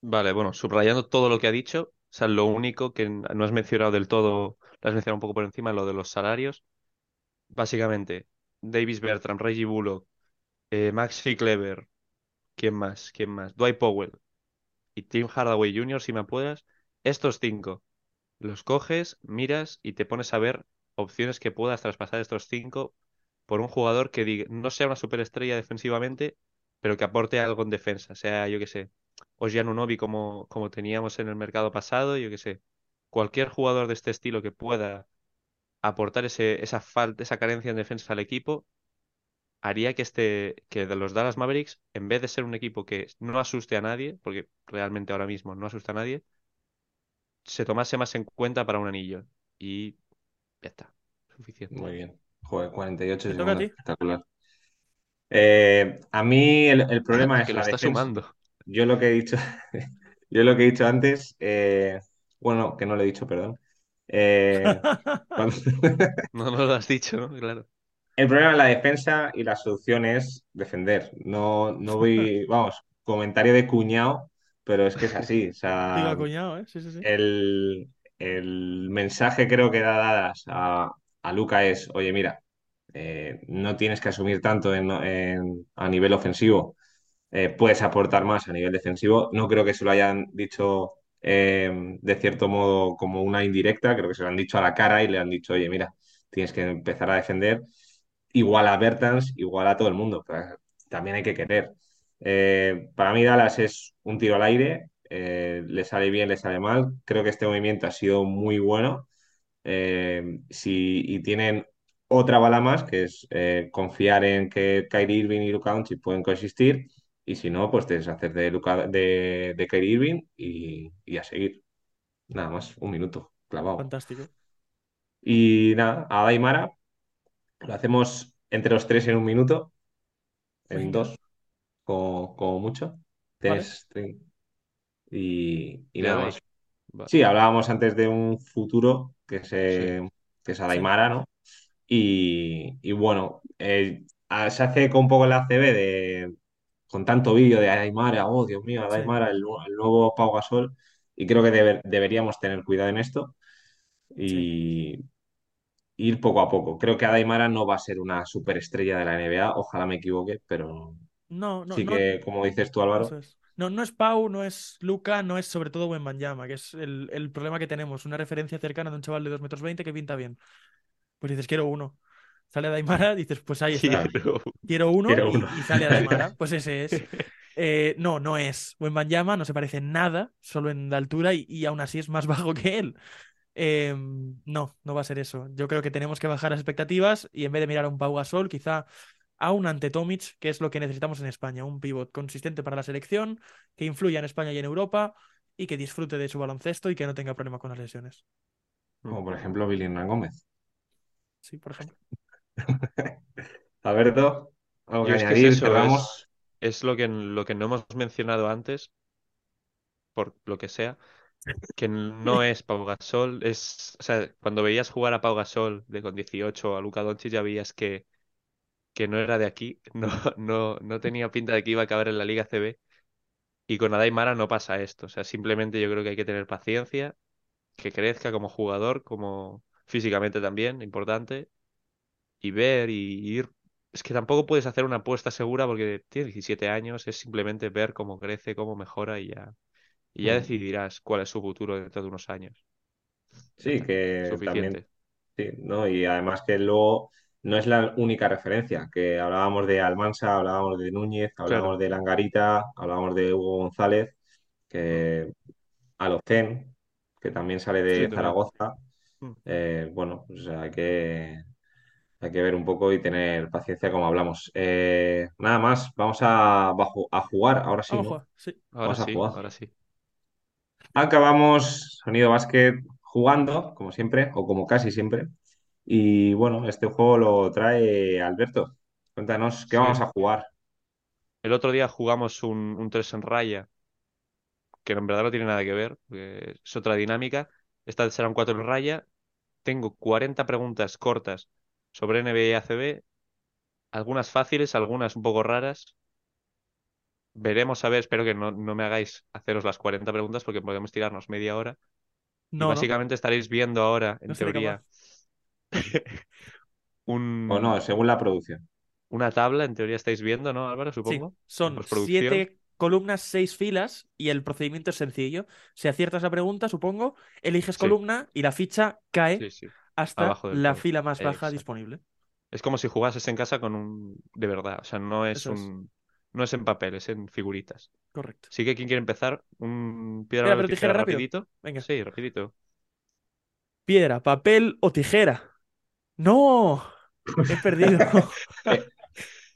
Speaker 3: Vale, bueno, subrayando todo lo que ha dicho, o sea, lo único que n- no has mencionado del todo, lo has mencionado un poco por encima, lo de los salarios. Básicamente, Davis Bertram, Reggie Bullock, eh, Maxi Kleber, ¿quién más? ¿Quién más? Dwight Powell y Tim Hardaway Jr., si me apuras, estos cinco. Los coges, miras y te pones a ver opciones que puedas traspasar estos cinco por un jugador que diga- no sea una superestrella defensivamente, pero que aporte algo en defensa. O sea, yo qué sé, Novi como, como teníamos en el mercado pasado, yo qué sé. Cualquier jugador de este estilo que pueda aportar ese, esa falta, esa carencia en defensa al equipo, haría que este, que de los Dallas Mavericks, en vez de ser un equipo que no asuste a nadie, porque realmente ahora mismo no asusta a nadie, se tomase más en cuenta para un anillo. Y ya está. Suficiente.
Speaker 1: Muy bien. Joder, 48
Speaker 2: Te toca a
Speaker 1: segundos,
Speaker 2: ti.
Speaker 1: espectacular. Eh, a mí el, el
Speaker 3: *laughs*
Speaker 1: problema es
Speaker 3: Que lo
Speaker 1: la
Speaker 3: está
Speaker 1: defensa.
Speaker 3: sumando.
Speaker 1: Yo lo que he dicho, *laughs* yo lo que he dicho antes, eh, bueno, que no lo he dicho, perdón.
Speaker 2: *laughs*
Speaker 1: Eh, cuando- *laughs*
Speaker 3: No, no lo has dicho, ¿no? Claro.
Speaker 1: El problema es la defensa y la solución es defender. No, no
Speaker 2: *laughs*
Speaker 1: voy, vamos, comentario de cuñado, pero es que es así. O
Speaker 2: Digo
Speaker 1: sea,
Speaker 2: acuñado, ¿eh? Sí, sí, sí.
Speaker 1: el, el mensaje creo que da Dallas a, a Luca es, oye, mira, eh, no tienes que asumir tanto en- en- a nivel ofensivo, eh, puedes aportar más a nivel defensivo. No creo que se lo hayan dicho eh, de cierto modo como una indirecta, creo que se lo han dicho a la cara y le han dicho, oye, mira, tienes que empezar a defender igual a Bertans, igual a todo el mundo. Pero también hay que querer. Eh, para mí Dallas es un tiro al aire, eh, le sale bien, le sale mal. Creo que este movimiento ha sido muy bueno. Eh, si, y tienen otra bala más, que es eh, confiar en que Kyrie Irving y Luka Doncic pueden coexistir. Y si no, pues te deshacer de, Luka, de, de Kyrie Irving y, y a seguir. Nada más, un minuto, clavado.
Speaker 2: Fantástico.
Speaker 1: Y nada, a Daimara lo hacemos entre los tres en un minuto, en
Speaker 2: Venga.
Speaker 1: dos, como, como mucho.
Speaker 2: Vale.
Speaker 1: Tres, tres. Y, y
Speaker 3: Le
Speaker 1: nada
Speaker 3: damos.
Speaker 1: más.
Speaker 3: Va.
Speaker 1: Sí, hablábamos antes de un futuro que, se, que es Adaimara, ¿no? Y, y bueno, eh, a- se hace con un poco la CB de, con tanto vídeo de Adaimara, oh Dios mío, Adaimara, el, nu- el nuevo Pau Gasol, y creo que debe- deberíamos tener cuidado en esto y ir poco a poco. Creo que Adaimara no va a ser una superestrella de la NBA, ojalá me equivoque, pero
Speaker 2: Pues No, no,
Speaker 1: sí
Speaker 2: no,
Speaker 1: que, como dices tú, Álvaro,
Speaker 2: eso es. No, no es Pau, no es Luca, no es sobre todo Wembanyama, que es el, el problema que tenemos. Una referencia cercana de un chaval de 2 metros 20 que pinta bien. Pues dices, quiero uno. Sale Daimara, dices, pues
Speaker 1: *laughs*
Speaker 2: ahí
Speaker 3: *laughs*
Speaker 2: está.
Speaker 3: Quiero-
Speaker 2: Quiero uno,
Speaker 1: Quiero
Speaker 2: y,
Speaker 1: uno.
Speaker 2: y
Speaker 1: *laughs*
Speaker 2: sale Ademara. Pues ese es. Eh, no, no es. Wembanyama no se parece en nada, solo en la altura y, y aún así es más *laughs* bajo que él. Eh, no, no va a ser eso. Yo creo que tenemos que bajar las expectativas y en vez de mirar a un Pau Gasol, quizá a un ante Tomic, que es lo que necesitamos en España, un pivot consistente para la selección, que influya en España y en Europa y que disfrute de su baloncesto y que no tenga problemas con las lesiones.
Speaker 1: como por ejemplo Billy Hernán Gómez.
Speaker 2: Sí, por ejemplo.
Speaker 1: Alberto, algo que
Speaker 3: Yo es que es
Speaker 1: añadir,
Speaker 3: eso,
Speaker 1: cerramos.
Speaker 3: es, es lo que, lo que no hemos mencionado antes, por lo que sea, que no es Pau Gasol, es, o sea, cuando veías jugar a Pau Gasol de con 18 a Luka Doncic ya veías que, que no era de aquí, *laughs* no, no, no tenía pinta de que iba a acabar en la Liga CB. Y con Adai Mara no pasa esto, o sea, simplemente yo creo que hay que tener paciencia, que crezca como jugador, como físicamente también, importante, y ver y ir. Es que tampoco puedes hacer una apuesta segura porque tiene 17 años, es simplemente ver cómo crece, cómo mejora y ya, y ya
Speaker 1: Mm.
Speaker 3: decidirás cuál es su futuro dentro de unos años.
Speaker 1: Sí, que Eh, también,
Speaker 3: Suficiente.
Speaker 1: sí, ¿no? Y además que luego no es la única referencia, que hablábamos de Almansa, hablábamos de Núñez, hablábamos
Speaker 3: Claro.
Speaker 1: de Langarita, hablábamos de Hugo González, que Alocen, que también sale
Speaker 3: Mm. Sí,
Speaker 1: de
Speaker 3: también.
Speaker 1: Zaragoza.
Speaker 3: Mm.
Speaker 1: Eh, bueno, o sea, hay que, hay que ver un poco y tener paciencia como hablamos. Eh, nada más, vamos a, va a ju- a jugar, ahora sí,
Speaker 2: Vamos,
Speaker 1: ¿no?
Speaker 2: Juan, sí.
Speaker 3: Ahora
Speaker 1: Vamos a
Speaker 3: sí,
Speaker 1: jugar.
Speaker 3: ahora sí.
Speaker 1: Acabamos Sonido Básquet jugando, como siempre, o como casi siempre. Y bueno, este juego lo trae Alberto. Cuéntanos qué
Speaker 3: Sí.
Speaker 1: vamos a jugar.
Speaker 3: El otro día jugamos un, un 3 en raya, que en verdad no tiene nada que ver, porque es otra dinámica. Esta será un 4 en raya. Tengo 40 preguntas cortas sobre NBA y ACB, algunas fáciles, algunas un poco raras. Veremos, a ver, espero que no, no me hagáis haceros las 40 preguntas porque podemos tirarnos media hora. y
Speaker 2: No, no,
Speaker 3: básicamente estaréis viendo ahora, en
Speaker 2: no seré
Speaker 3: teoría, un,
Speaker 1: O no, según la producción.
Speaker 3: una tabla, en teoría estáis viendo, ¿no, Álvaro?
Speaker 2: Sí,
Speaker 3: Supongo. En
Speaker 2: son
Speaker 3: postproducción.
Speaker 2: siete columnas, seis filas y el procedimiento es sencillo. Si aciertas la pregunta, supongo, eliges
Speaker 3: Sí.
Speaker 2: columna y la ficha cae
Speaker 3: Sí, sí.
Speaker 2: hasta
Speaker 3: Abajo del
Speaker 2: la
Speaker 3: todo.
Speaker 2: fila más baja
Speaker 3: Exacto.
Speaker 2: disponible.
Speaker 3: Es como si jugases en casa con un... De verdad, o sea, no es
Speaker 2: Eso es.
Speaker 3: un... No es en papel, es en figuritas.
Speaker 2: Correcto.
Speaker 3: Así que, ¿quién quiere empezar? Un
Speaker 2: Piedra,
Speaker 3: piedra, papel,
Speaker 2: papel, tijera, rápido.
Speaker 3: rapidito.
Speaker 2: Venga. *laughs*
Speaker 3: Sí, rapidito.
Speaker 2: Piedra, papel o tijera. ¡No! He *laughs*
Speaker 3: *laughs*
Speaker 2: perdido.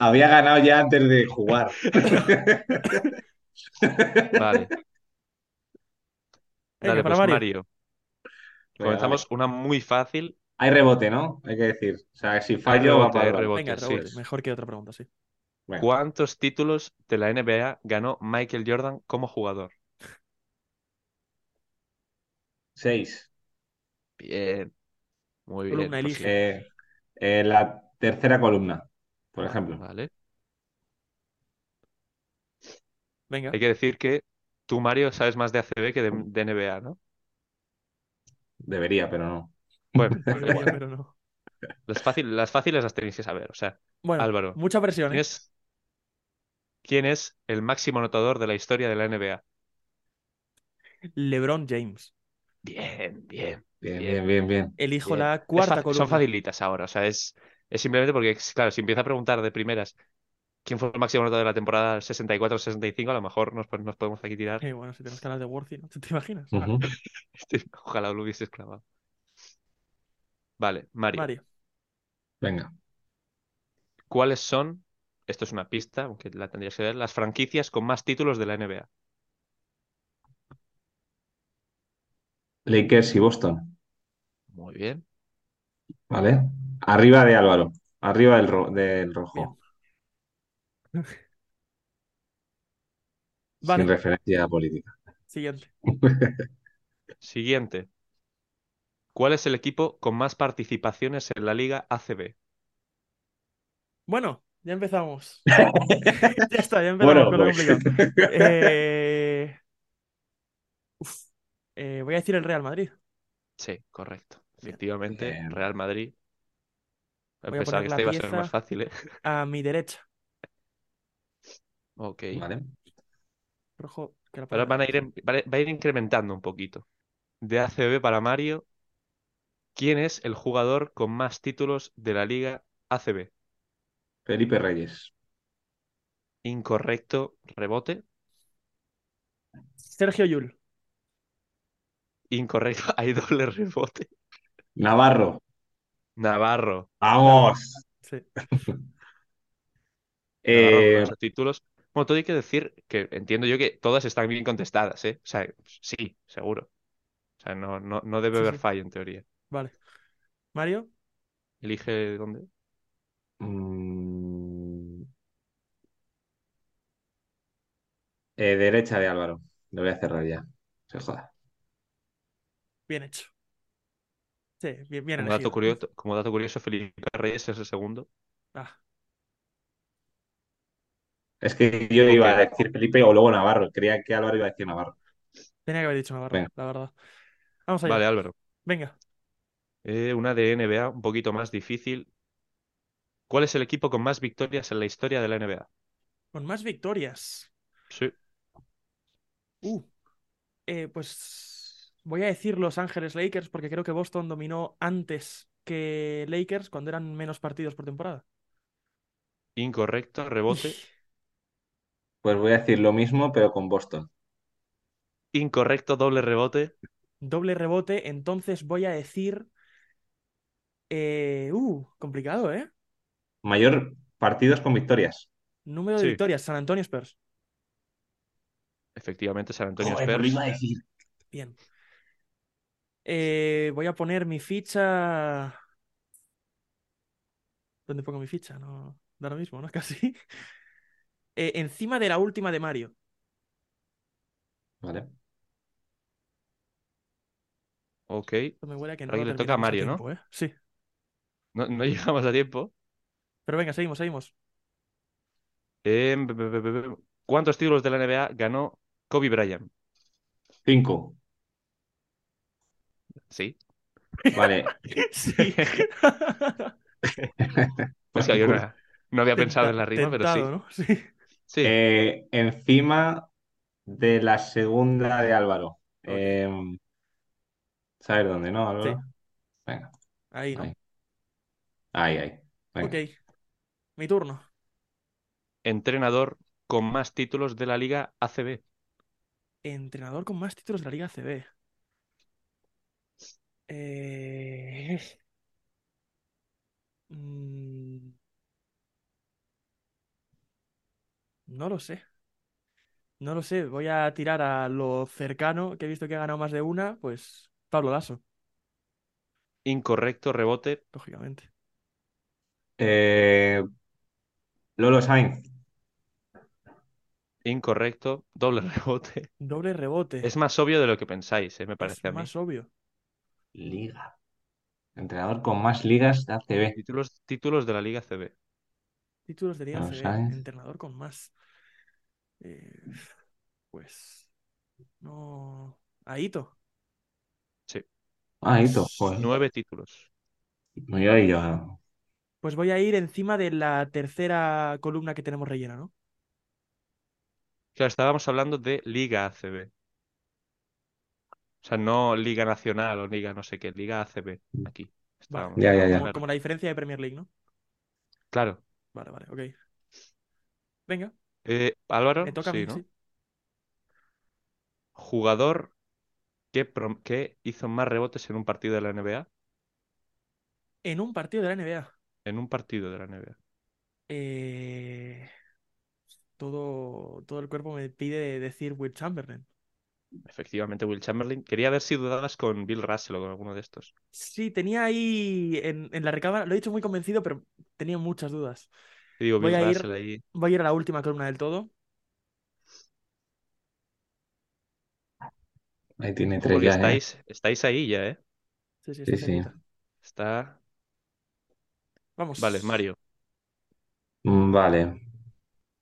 Speaker 1: Había ganado ya antes de
Speaker 3: *laughs*
Speaker 1: jugar.
Speaker 3: Vale.
Speaker 2: Venga, para
Speaker 3: Dale, pues
Speaker 2: Mario.
Speaker 3: Mario. Comenzamos una muy fácil.
Speaker 1: Hay rebote, ¿no? Hay que decir. O sea, si fallo, va
Speaker 3: rebote,
Speaker 1: para
Speaker 3: hay
Speaker 1: Álvaro.
Speaker 3: rebote.
Speaker 2: Venga,
Speaker 3: sí.
Speaker 2: rebote. Mejor que otra pregunta, sí.
Speaker 1: Venga.
Speaker 3: ¿Cuántos títulos de la NBA ganó Michael Jordan como jugador?
Speaker 1: Seis.
Speaker 3: Bien. Muy bien.
Speaker 2: Columna,
Speaker 3: pues
Speaker 2: elige.
Speaker 3: sí.
Speaker 1: Eh, eh, la tercera columna, por ejemplo.
Speaker 3: Vale.
Speaker 2: Venga.
Speaker 3: Hay que decir que tú, Mario, sabes más de ACB que de, de NBA,
Speaker 2: *laughs*
Speaker 3: ¿no?
Speaker 1: Debería, pero no.
Speaker 3: Bueno, da
Speaker 2: Debería,
Speaker 3: igual.
Speaker 2: pero no.
Speaker 3: Las fácil- las fáciles las tenéis que saber. O sea,
Speaker 2: Bueno,
Speaker 3: Álvaro,
Speaker 2: mucha presión,
Speaker 3: ¿quién
Speaker 2: ¿eh?
Speaker 3: es, quién es el máximo anotador de la historia de la NBA?
Speaker 2: LeBron James.
Speaker 3: Bien, bien.
Speaker 1: Bien,
Speaker 3: Bien.
Speaker 1: bien, bien, bien.
Speaker 2: Elijo
Speaker 3: Bien.
Speaker 2: la
Speaker 3: Es
Speaker 2: cuarta
Speaker 3: fac- son
Speaker 2: columna.
Speaker 3: facilitas ahora. O sea, es, es simplemente porque, claro, si empieza a preguntar de primeras quién fue el máximo anotador de la temporada 64-65, a lo mejor nos, pues, nos podemos aquí tirar.
Speaker 2: Eh, bueno, si tenemos que hablar de Worthy, ¿no? ¿Te, te imaginas?
Speaker 1: Ujú.
Speaker 3: Ojalá lo hubieses clavado. Vale, Mario.
Speaker 2: Mario.
Speaker 1: Venga.
Speaker 3: ¿Cuáles son, esto es una pista, aunque la tendrías que ver, las franquicias con más títulos de la NBA?
Speaker 1: Lakers y Boston.
Speaker 3: Muy bien.
Speaker 1: ¿Vale? Arriba de Álvaro. Arriba del, ro- del rojo.
Speaker 2: Vale,
Speaker 1: Sin referencia *laughs* política.
Speaker 2: siguiente.
Speaker 3: Siguiente. ¿Cuál es el equipo con más participaciones en la Liga ACB?
Speaker 2: Bueno,
Speaker 1: *laughs*
Speaker 2: ya empezamos. ya está, ya empezamos
Speaker 1: Bueno,
Speaker 2: con lo
Speaker 1: pues.
Speaker 2: complicado.
Speaker 1: *laughs*
Speaker 2: Eh, uf, eh, voy a decir el Real Madrid.
Speaker 3: Sí, correcto. Efectivamente,
Speaker 1: Bien.
Speaker 3: Real Madrid.
Speaker 2: Eh, Voy a
Speaker 3: Pensaba que
Speaker 2: poner la
Speaker 3: esta iba a ser
Speaker 2: pieza.
Speaker 3: más fácil, ¿eh? *laughs*
Speaker 2: A mi derecha.
Speaker 3: Ok.
Speaker 1: ¿Vale?
Speaker 2: Rojo, que la ponga
Speaker 3: Ahora van a ir,
Speaker 2: derecha.
Speaker 3: en- va a- va a ir incrementando un poquito. De ACB para Mario, ¿quién es el jugador con más títulos de la Liga ACB?
Speaker 1: Felipe Reyes.
Speaker 3: Incorrecto, rebote.
Speaker 2: Sergio Yul.
Speaker 3: Incorrecto, *laughs* hay doble rebote.
Speaker 1: Navarro.
Speaker 3: Navarro.
Speaker 1: Vamos.
Speaker 2: Sí.
Speaker 3: Navarro con
Speaker 1: Eh,
Speaker 3: ocho títulos. Bueno, todo hay que decir que entiendo yo que todas están bien contestadas, ¿eh? O sea, sí, seguro. O sea, no, no, no debe
Speaker 2: Sí,
Speaker 3: haber
Speaker 2: sí.
Speaker 3: fallo en teoría.
Speaker 2: Vale. Mario,
Speaker 3: Elige dónde.
Speaker 1: mm, eh, derecha de Álvaro. Lo voy a cerrar ya. Se joda.
Speaker 2: bien hecho. Sí, bien, bien
Speaker 3: Como dato
Speaker 2: elegido.
Speaker 3: curioso, como dato curioso, Felipe Reyes es el segundo.
Speaker 2: Ah,
Speaker 1: Es que yo iba
Speaker 3: Ok.
Speaker 1: a decir Felipe o luego Navarro. Creía que Álvaro iba a decir Navarro.
Speaker 2: tenía que haber dicho Navarro,
Speaker 1: Venga.
Speaker 2: la verdad. Vamos allá.
Speaker 3: Vale, Álvaro.
Speaker 2: Venga.
Speaker 3: Eh, una de NBA un poquito más difícil. ¿Cuál es el equipo con más victorias en la historia de la NBA?
Speaker 2: Con más victorias.
Speaker 3: Sí.
Speaker 2: Uh, eh, pues voy a decir Los Ángeles Lakers porque creo que Boston dominó antes que Lakers cuando eran menos partidos por temporada.
Speaker 3: Incorrecto, rebote.
Speaker 2: Ij,
Speaker 1: Pues voy a decir lo mismo, pero con Boston.
Speaker 3: Incorrecto, doble rebote.
Speaker 2: Doble rebote, entonces voy a decir... eh, uh, complicado, ¿eh?
Speaker 1: Mayor partidos con victorias.
Speaker 2: Número de
Speaker 3: Sí.
Speaker 2: victorias, San Antonio Spurs.
Speaker 3: Efectivamente, San Antonio
Speaker 1: Joder,
Speaker 3: Spurs.
Speaker 1: pues lo iba a decir.
Speaker 2: Bien. Eh, voy a poner mi ficha. ¿Dónde pongo mi ficha? No, da lo mismo, ¿no? *laughs* Casi. Eh, encima de la última de Mario.
Speaker 1: Vale.
Speaker 3: Ok.
Speaker 2: Esto me huele a que no
Speaker 3: Ahora
Speaker 2: lo
Speaker 3: le toca a
Speaker 2: terminamos
Speaker 3: Mario, ¿no?
Speaker 2: tiempo, ¿eh? Sí.
Speaker 3: No, *laughs* no llegamos a tiempo.
Speaker 2: Pero venga, seguimos,
Speaker 3: *laughs*
Speaker 2: seguimos.
Speaker 3: Eh, b- b- b- b- ¿cuántos títulos de la NBA ganó Kobe Bryant?
Speaker 1: Cinco.
Speaker 3: Sí.
Speaker 1: *laughs* Vale.
Speaker 2: Sí.
Speaker 3: Pues que yo no, no había pensado en la rima, pero sí.
Speaker 2: Tentado, ¿no? Sí.
Speaker 3: Sí.
Speaker 1: Eh, encima de la segunda de Álvaro. Eh, ¿sabes dónde, no, Álvaro? Venga,
Speaker 2: Ahí, ¿no?
Speaker 1: Ahí. ahí, ahí. Venga.
Speaker 2: Ok. Mi turno.
Speaker 3: Entrenador con más títulos de la Liga ACB.
Speaker 2: Entrenador con más títulos de la Liga CB. Eh... *laughs* mm, No lo sé. No lo sé. Voy a tirar a lo cercano, que he visto que ha ganado más de una, pues Pablo Lasso,
Speaker 3: Incorrecto, rebote.
Speaker 2: lógicamente.
Speaker 1: Eh, Lolo Sainz.
Speaker 3: Incorrecto, doble
Speaker 2: Mm.
Speaker 3: rebote. *laughs*
Speaker 2: Doble rebote.
Speaker 3: Es más obvio de lo que pensáis, eh, me
Speaker 2: Es
Speaker 3: parece a mí.
Speaker 2: más obvio.
Speaker 1: Liga. Entrenador con más ligas de ACB.
Speaker 3: Títulos, títulos de la Liga CB.
Speaker 2: Títulos de Liga
Speaker 1: Pablo
Speaker 2: CB.
Speaker 1: Sainz.
Speaker 2: Entrenador con más. Eh, pues. No. Aito.
Speaker 1: Ah, Ito, joder.
Speaker 3: Nueve títulos.
Speaker 1: Me iba yo a-
Speaker 2: Pues voy a ir encima de la tercera columna que tenemos rellena, ¿no?
Speaker 3: Claro, estábamos hablando de Liga ACB. O sea, no Liga Nacional o Liga no sé qué, Liga ACB. Aquí estábamos.
Speaker 1: Ya, ya, ya.
Speaker 2: Como,
Speaker 3: Claro.
Speaker 2: como la diferencia de Premier League, ¿no?
Speaker 3: Claro.
Speaker 2: Vale, vale, ok. Venga,
Speaker 3: Eh, Álvaro,
Speaker 2: me toca a
Speaker 3: sí,
Speaker 2: mí,
Speaker 3: ¿no?
Speaker 2: sí.
Speaker 3: Jugador que, prom- que hizo más rebotes en un partido de la NBA.
Speaker 2: En un partido de la NBA.
Speaker 3: En un partido de la NBA.
Speaker 2: eh, Todo, todo el cuerpo me pide decir Will Chamberlain.
Speaker 3: Efectivamente, Will Chamberlain. Quería ver si dudabas con Bill Russell o con alguno de estos.
Speaker 2: Sí, tenía ahí en, en la recámara, lo he dicho muy convencido, pero tenía muchas dudas.
Speaker 3: Te digo,
Speaker 2: Voy
Speaker 3: Bill
Speaker 2: a ir-
Speaker 3: Russell ahí.
Speaker 2: Voy a ir a la última columna del todo.
Speaker 1: Ahí tiene
Speaker 3: Ojo,
Speaker 1: tres
Speaker 3: porque
Speaker 1: ya, ¿eh?
Speaker 3: estáis, estáis ahí ya, ¿eh?
Speaker 2: Sí, sí,
Speaker 1: Sí,
Speaker 2: está
Speaker 1: sí.
Speaker 2: cerquita.
Speaker 3: Está.
Speaker 2: Vamos.
Speaker 3: Vale, Mario.
Speaker 1: Mm, Vale.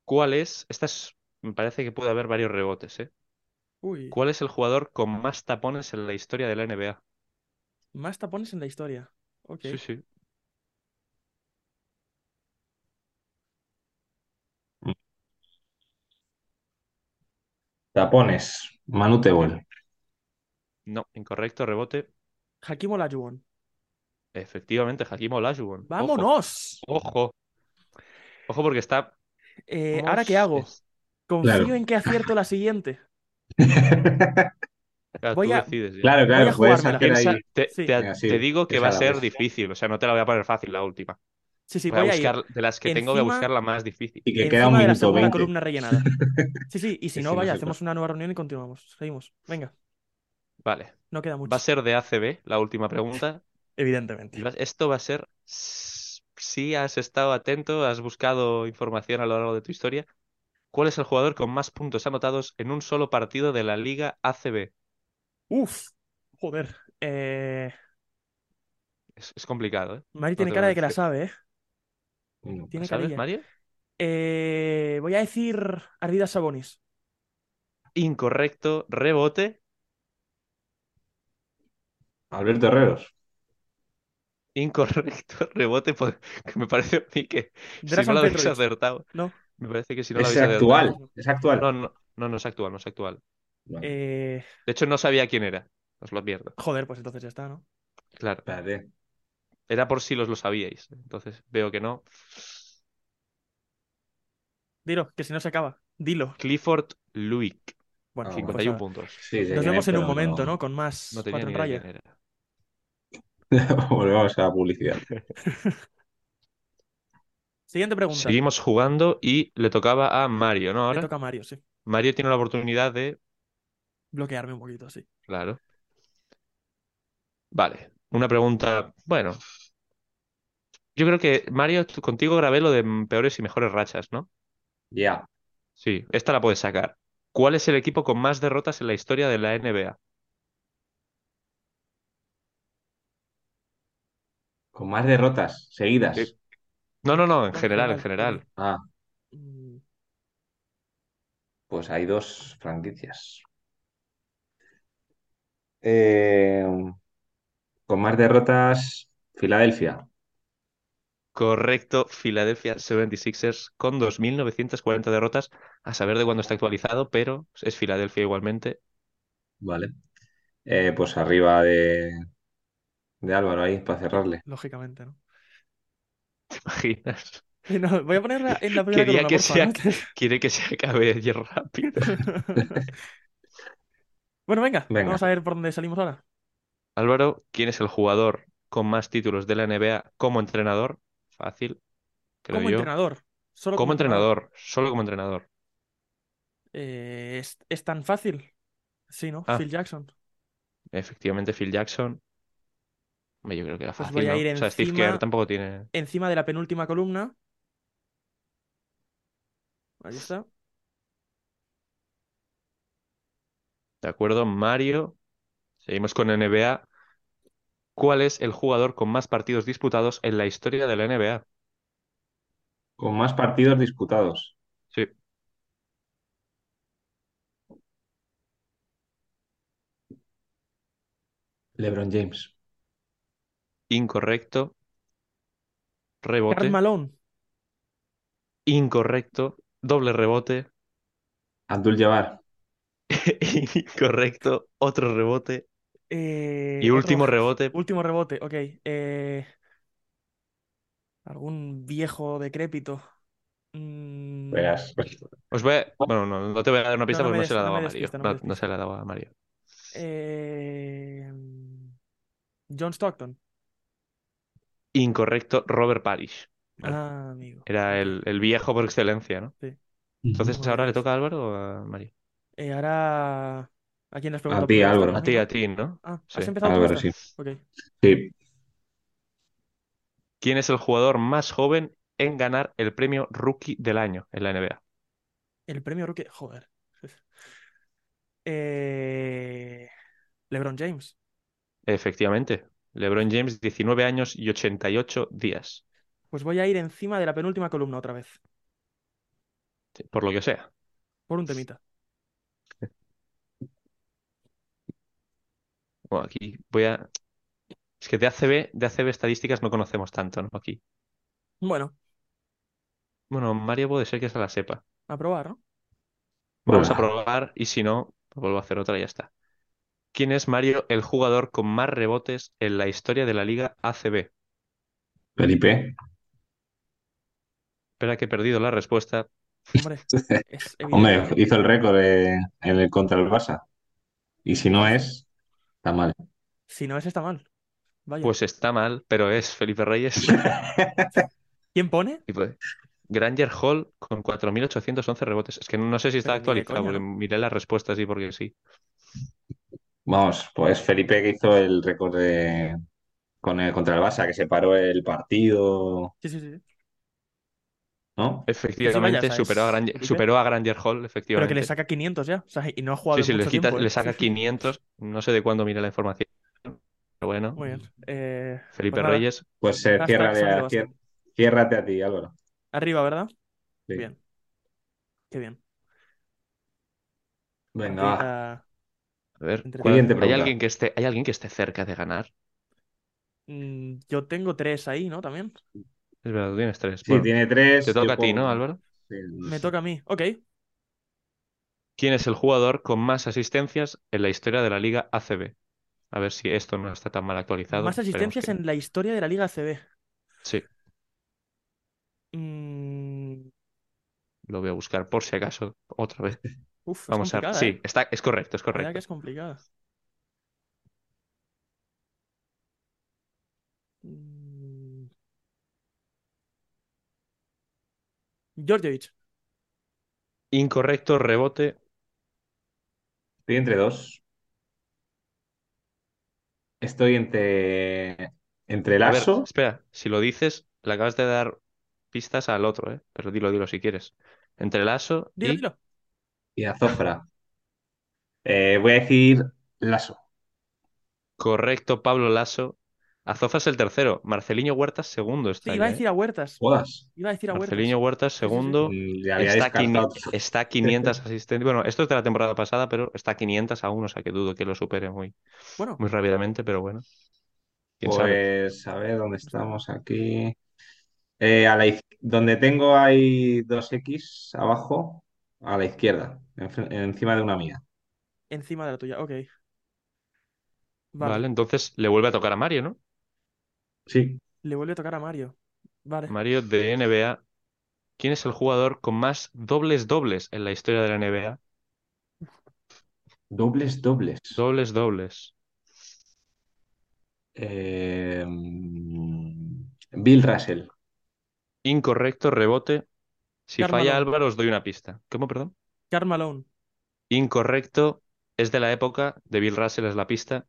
Speaker 3: ¿Cuál es? Esta es- Me parece que puede haber varios rebotes, ¿eh?
Speaker 2: Uy,
Speaker 3: ¿Cuál es el jugador con más tapones en la historia de la NBA?
Speaker 2: más tapones en la historia. Ok.
Speaker 3: Sí, sí.
Speaker 1: Tapones. Manu Tebol.
Speaker 3: No, incorrecto, rebote.
Speaker 2: Hakim Olajuwon.
Speaker 3: Efectivamente, Hakim Olajuwon. Ojo,
Speaker 2: ¡Vámonos!
Speaker 3: Ojo. Ojo porque está.
Speaker 2: Eh, ¿ahora qué hago?
Speaker 3: Es-
Speaker 2: Confío
Speaker 1: Claro.
Speaker 2: en que acierto la siguiente.
Speaker 3: claro,
Speaker 2: Voy
Speaker 3: Ah, tú
Speaker 2: a-
Speaker 3: decides, ya.
Speaker 1: *laughs* Claro,
Speaker 2: Voy
Speaker 1: claro,
Speaker 2: a
Speaker 1: puedes
Speaker 2: jugármela.
Speaker 1: hacer
Speaker 3: Piensa-
Speaker 1: ahí.
Speaker 3: te,
Speaker 2: Sí.
Speaker 3: te-
Speaker 1: Venga, sí,
Speaker 3: te digo que
Speaker 1: esa
Speaker 3: va a
Speaker 1: la
Speaker 3: ser
Speaker 1: voz.
Speaker 3: difícil, o sea, no te la voy a poner fácil la última.
Speaker 2: Sí, sí,
Speaker 3: voy, a buscar
Speaker 2: ir
Speaker 3: de las que tengo, voy a
Speaker 2: encima-
Speaker 3: buscar la más difícil.
Speaker 1: Y que queda un
Speaker 2: encima de la
Speaker 1: minuto
Speaker 2: segunda
Speaker 1: 20.
Speaker 2: columna rellenada. Sí, sí,
Speaker 3: *laughs*
Speaker 2: y si
Speaker 1: Que
Speaker 2: no,
Speaker 1: si no
Speaker 2: vaya,
Speaker 1: se
Speaker 2: hacemos una nueva reunión y continuamos. Seguimos. Venga,
Speaker 3: Vale,
Speaker 2: no queda mucho.
Speaker 3: va a ser de ACB la última pregunta.
Speaker 2: Evidentemente.
Speaker 3: Y va- Esto va a ser s- si has estado atento, has buscado información a lo largo de tu historia. ¿Cuál es el jugador con más puntos anotados en un solo partido de la Liga ACB?
Speaker 2: Uf, joder. Eh,
Speaker 3: Es, es complicado, ¿eh?
Speaker 2: Mari
Speaker 3: No
Speaker 2: tiene
Speaker 3: te
Speaker 2: cara
Speaker 3: lo
Speaker 2: de que la
Speaker 3: decía.
Speaker 2: sabe, ¿eh?
Speaker 1: No.
Speaker 2: Tiene
Speaker 3: ¿Sabes,
Speaker 2: carilla.
Speaker 3: Mario?
Speaker 2: Eh, voy a decir Arvidas Sabonis.
Speaker 3: Incorrecto, rebote,
Speaker 1: Alberto Herreros.
Speaker 3: incorrecto, *laughs* rebote, po- que me parece a mí que si no
Speaker 2: Drasan
Speaker 3: lo habéis
Speaker 2: Petrovic.
Speaker 3: acertado,
Speaker 2: No.
Speaker 3: me parece que si no lo
Speaker 1: Es
Speaker 3: habéis acertado.
Speaker 1: actual,
Speaker 2: no.
Speaker 1: es actual.
Speaker 3: No, no, no, no es actual, no es actual.
Speaker 1: Vale,
Speaker 2: Eh,
Speaker 3: De hecho, no sabía quién era, os lo pierdo.
Speaker 2: joder, pues entonces ya está, ¿no?
Speaker 3: Claro,
Speaker 1: espérate.
Speaker 3: era por si los lo sabíais, entonces veo que no.
Speaker 2: Dilo, que si no se acaba. Dilo.
Speaker 3: Clifford Luick,
Speaker 2: Bueno,
Speaker 1: Ah,
Speaker 2: pues
Speaker 3: 51
Speaker 2: nada.
Speaker 3: puntos.
Speaker 1: Sí, sé
Speaker 2: Nos
Speaker 1: quién
Speaker 2: vemos
Speaker 1: es,
Speaker 2: en un
Speaker 1: pero
Speaker 2: momento, ¿no?
Speaker 1: no-
Speaker 2: Con más
Speaker 3: No tenía
Speaker 2: cuatro
Speaker 3: ni
Speaker 2: en
Speaker 3: idea
Speaker 2: raya.
Speaker 3: quién era.
Speaker 1: *laughs* Volvemos a la publicidad.
Speaker 3: eh.
Speaker 2: Siguiente pregunta.
Speaker 3: Seguimos jugando y le tocaba a Mario, ¿no?
Speaker 2: Le
Speaker 3: Ahora
Speaker 2: toca a Mario, sí.
Speaker 3: Mario tiene la oportunidad de.
Speaker 2: Bloquearme un poquito, sí.
Speaker 3: Claro. Vale, una pregunta. Bueno, yo creo que Mario, tú- contigo grabé lo de peores y mejores rachas, ¿no?
Speaker 1: Ya.
Speaker 3: Sí, esta la puedes sacar. ¿Cuál es el equipo con más derrotas en la historia de la NBA?
Speaker 1: Con más derrotas seguidas.
Speaker 3: Sí. No, no, no, en
Speaker 2: No, en
Speaker 3: general, en
Speaker 2: general,
Speaker 3: general.
Speaker 1: Ah,
Speaker 2: Mm,
Speaker 1: pues hay dos franquicias. Eh, con más derrotas, Filadelfia.
Speaker 3: Correcto, Philadelphia 76ers con 2.940 derrotas, a saber de cuándo está actualizado, pero es Filadelfia igualmente. *laughs*
Speaker 1: Vale. Eh, pues arriba de, de Álvaro ahí para cerrarle.
Speaker 2: Lógicamente, ¿no? *laughs*
Speaker 3: ¿Te imaginas?
Speaker 2: Eh, no, voy a ponerla en la primera
Speaker 3: Quería
Speaker 2: columna,
Speaker 3: que
Speaker 2: porfa,
Speaker 3: sea-
Speaker 2: no te-
Speaker 3: Quiere que se acabe ya rápido. *laughs*
Speaker 2: Bueno, venga,
Speaker 1: Venga.
Speaker 2: vamos a ver por dónde salimos ahora.
Speaker 3: Álvaro, ¿quién es el jugador con más títulos de la NBA como entrenador? Fácil, creo
Speaker 2: Como
Speaker 3: yo.
Speaker 2: entrenador. Solo
Speaker 3: Como
Speaker 2: como entrenador.
Speaker 3: entrenador, solo como entrenador.
Speaker 2: Eh, ¿es, es tan fácil? Sí, ¿no?
Speaker 3: Ah.
Speaker 2: Phil Jackson.
Speaker 3: Efectivamente, Phil Jackson. Hombre, Yo creo que era
Speaker 2: Pues
Speaker 3: fácil,
Speaker 2: voy a
Speaker 3: ¿no?
Speaker 2: ir
Speaker 3: O sea, Steve
Speaker 2: encima-
Speaker 3: Kerr tampoco tiene.
Speaker 2: Encima de la penúltima columna. Ahí está.
Speaker 3: De acuerdo, Mario. Seguimos con NBA. ¿Cuál es el jugador con más partidos disputados en la historia de la NBA?
Speaker 1: Con más partidos disputados.
Speaker 3: Sí.
Speaker 1: LeBron James.
Speaker 3: Incorrecto.
Speaker 2: Karl
Speaker 3: Rebote.
Speaker 2: Malone.
Speaker 3: Incorrecto. Doble rebote. *laughs*
Speaker 1: Abdul Jabbar.
Speaker 3: Incorrecto. Otro rebote.
Speaker 2: Eh,
Speaker 3: Y
Speaker 2: otro-
Speaker 3: último rebote.
Speaker 2: Último rebote, ok. Eh, algún viejo decrépito. Mm,
Speaker 1: Verás.
Speaker 3: Os Pues voy a- Bueno, no, no te voy a dar una pista
Speaker 2: no
Speaker 3: porque
Speaker 2: me
Speaker 3: no se la
Speaker 2: des-
Speaker 3: he dado
Speaker 2: no
Speaker 3: a
Speaker 2: me
Speaker 3: Mario.
Speaker 2: despista, no me
Speaker 3: No-
Speaker 2: despista.
Speaker 3: no se la he dado a Mario.
Speaker 2: Eh, John Stockton.
Speaker 3: Incorrecto, Robert Parish. Vale.
Speaker 2: Ah, amigo.
Speaker 3: Era el, el viejo por excelencia, ¿no? Entonces
Speaker 2: Robert
Speaker 3: ahora le
Speaker 2: Parish.
Speaker 3: toca a Álvaro o a Mario.
Speaker 2: Eh, ahora. ¿A quién les pregunto?
Speaker 1: ti,
Speaker 2: primero?
Speaker 1: Álvaro.
Speaker 2: ¿Esta
Speaker 3: A ti,
Speaker 2: misma?
Speaker 3: a ti, ¿no?
Speaker 2: Ah, ¿has
Speaker 3: Sí.
Speaker 2: empezado tú
Speaker 1: Álvaro,
Speaker 2: esta?
Speaker 1: sí.
Speaker 2: Ok.
Speaker 1: Sí.
Speaker 3: ¿Quién es el jugador más joven en ganar el premio Rookie del año en la NBA?
Speaker 2: El premio Rookie. Joder. *laughs* Eh, LeBron James.
Speaker 3: Efectivamente, LeBron James, 19 años y 88 días,
Speaker 2: Pues voy a ir encima de la penúltima columna otra vez.
Speaker 3: Sí, por lo que sea.
Speaker 2: Por un temita.
Speaker 3: Bueno, aquí voy a... Es que de ACB, de ACB estadísticas no conocemos tanto, ¿no? Aquí.
Speaker 2: Bueno,
Speaker 3: Bueno, Mario puede ser que se la sepa.
Speaker 2: a probar, ¿no?
Speaker 3: Vamos a
Speaker 1: Venga.
Speaker 3: probar y si no, vuelvo a hacer otra y ya está. ¿Quién es Mario el jugador con más rebotes en la historia de la liga ACB?
Speaker 1: Felipe.
Speaker 3: Espera que he perdido la respuesta.
Speaker 2: Hombre, es
Speaker 1: Hombre,
Speaker 2: evidente.
Speaker 1: hizo el récord eh, en el contra el Barça. Y si no es, está mal.
Speaker 2: Si no es, está mal. Vaya.
Speaker 3: Pues está mal, pero es Felipe Reyes.
Speaker 2: ¿Quién pone?
Speaker 3: Y pues, Granger Hall con 4.811 rebotes. Es que no sé si está
Speaker 2: Pero ni de
Speaker 3: actualizado,
Speaker 2: coña,
Speaker 3: porque miré las respuestas y porque sí.
Speaker 1: Vamos, pues Felipe que hizo el récord de- con el contra el Barça, que se paró el partido,
Speaker 2: Sí, sí, sí.
Speaker 1: ¿no?
Speaker 3: Efectivamente,
Speaker 2: o sea,
Speaker 3: superó, a
Speaker 2: es
Speaker 3: Granger,
Speaker 2: Felipe.
Speaker 3: superó a Granger Hall,
Speaker 2: Pero que
Speaker 3: efectivamente.
Speaker 2: le saca 500 ya. O sea, y no ha jugado
Speaker 3: sí,
Speaker 2: en
Speaker 3: sí, le,
Speaker 2: mucho
Speaker 3: quita-
Speaker 2: tiempo, ¿eh?
Speaker 3: le saca 500. No sé de cuándo miré la información. Pero bueno,
Speaker 2: Muy bien. Eh,
Speaker 3: Felipe
Speaker 2: pues nada.
Speaker 3: Reyes.
Speaker 1: Pues eh,
Speaker 2: Hashtag
Speaker 1: ciérrale a-
Speaker 2: Sandro Basket.
Speaker 1: cier- ciérrate a ti, Álvaro.
Speaker 2: Arriba, ¿verdad?
Speaker 1: Sí.
Speaker 2: Bien. Qué bien.
Speaker 1: Venga, va.
Speaker 2: Partidita-
Speaker 3: A ver,
Speaker 2: Entre-
Speaker 3: ¿cuál-
Speaker 1: Siguiente
Speaker 3: ¿hay
Speaker 1: pregunta.
Speaker 3: alguien que esté, ¿hay alguien que esté cerca de ganar?
Speaker 2: Mm, Yo tengo tres ahí, ¿no? También.
Speaker 3: Es verdad, tú tienes tres.
Speaker 1: Sí,
Speaker 3: Bueno,
Speaker 1: tiene tres.
Speaker 3: te toca
Speaker 1: yo
Speaker 3: a ti,
Speaker 1: puedo-
Speaker 3: ¿no, Álvaro?
Speaker 1: sí, no
Speaker 2: Me
Speaker 1: sé.
Speaker 2: toca a mí. Ok.
Speaker 3: ¿Quién es el jugador con más asistencias en la historia de la liga ACB? A ver si esto no está tan mal actualizado.
Speaker 2: Más
Speaker 3: Esperemos
Speaker 2: asistencias
Speaker 3: que no.
Speaker 2: en la historia de la Liga CB.
Speaker 3: Sí.
Speaker 2: Mm,
Speaker 3: Lo voy a buscar por si acaso otra vez.
Speaker 2: Uf, es
Speaker 3: Vamos a ver.
Speaker 2: complicada,
Speaker 3: Sí,
Speaker 2: ¿eh?
Speaker 3: está, es correcto, es
Speaker 2: Vaya
Speaker 3: correcto.
Speaker 2: que es complicada. Mm. Djordjevic.
Speaker 3: Incorrecto, rebote.
Speaker 1: Estoy entre dos. Estoy entre, entre el
Speaker 3: A ver,
Speaker 1: Aso.
Speaker 3: espera, si lo dices, le acabas de dar pistas al otro, ¿eh? Pero dilo, dilo si quieres. Entre el ASO
Speaker 2: Dilo,
Speaker 3: y
Speaker 2: dilo.
Speaker 1: Y Azofra. Eh, voy a decir Lasso.
Speaker 3: correcto Pablo Lasso. Azofa es el tercero. Marceliño Huertas, segundo
Speaker 2: Sí,
Speaker 3: está
Speaker 2: iba a
Speaker 3: ya, ¿eh?
Speaker 2: decir a Huertas.
Speaker 1: Jodas.
Speaker 2: Iba a decir a Huertas.
Speaker 3: Marceliño Huertas,
Speaker 2: sí, sí.
Speaker 3: segundo.
Speaker 1: Mm, Le había
Speaker 3: Está, a quini-
Speaker 1: descartado.
Speaker 3: está a 500 asistentes. Bueno, esto es de la temporada pasada, pero está a 500 aún, o sea que dudo que lo supere muy,
Speaker 2: Bueno,
Speaker 3: muy rápidamente, pero bueno. ¿Quién sabe?
Speaker 1: Pues a ver dónde estamos aquí. Eh, a la iz- donde tengo hay dos X abajo, a la izquierda, enf- encima de una mía.
Speaker 2: encima de la tuya. Ok. Vale. Pues
Speaker 3: Vale, entonces le vuelve a tocar a Mario, ¿no?
Speaker 1: Sí.
Speaker 2: Le vuelve a tocar a Mario. Vale.
Speaker 3: Mario de NBA. ¿Quién es el jugador con más dobles dobles en la historia de la NBA?
Speaker 1: Dobles, dobles.
Speaker 3: Dobles dobles.
Speaker 1: Eh, mm, Bill Russell.
Speaker 3: Incorrecto, rebote. Si
Speaker 2: Karl
Speaker 3: falla
Speaker 2: Malone.
Speaker 3: Álvaro, os doy una pista. ¿Cómo, perdón?
Speaker 2: Karl Malone.
Speaker 3: Incorrecto. Es de la época de Bill Russell, es la pista.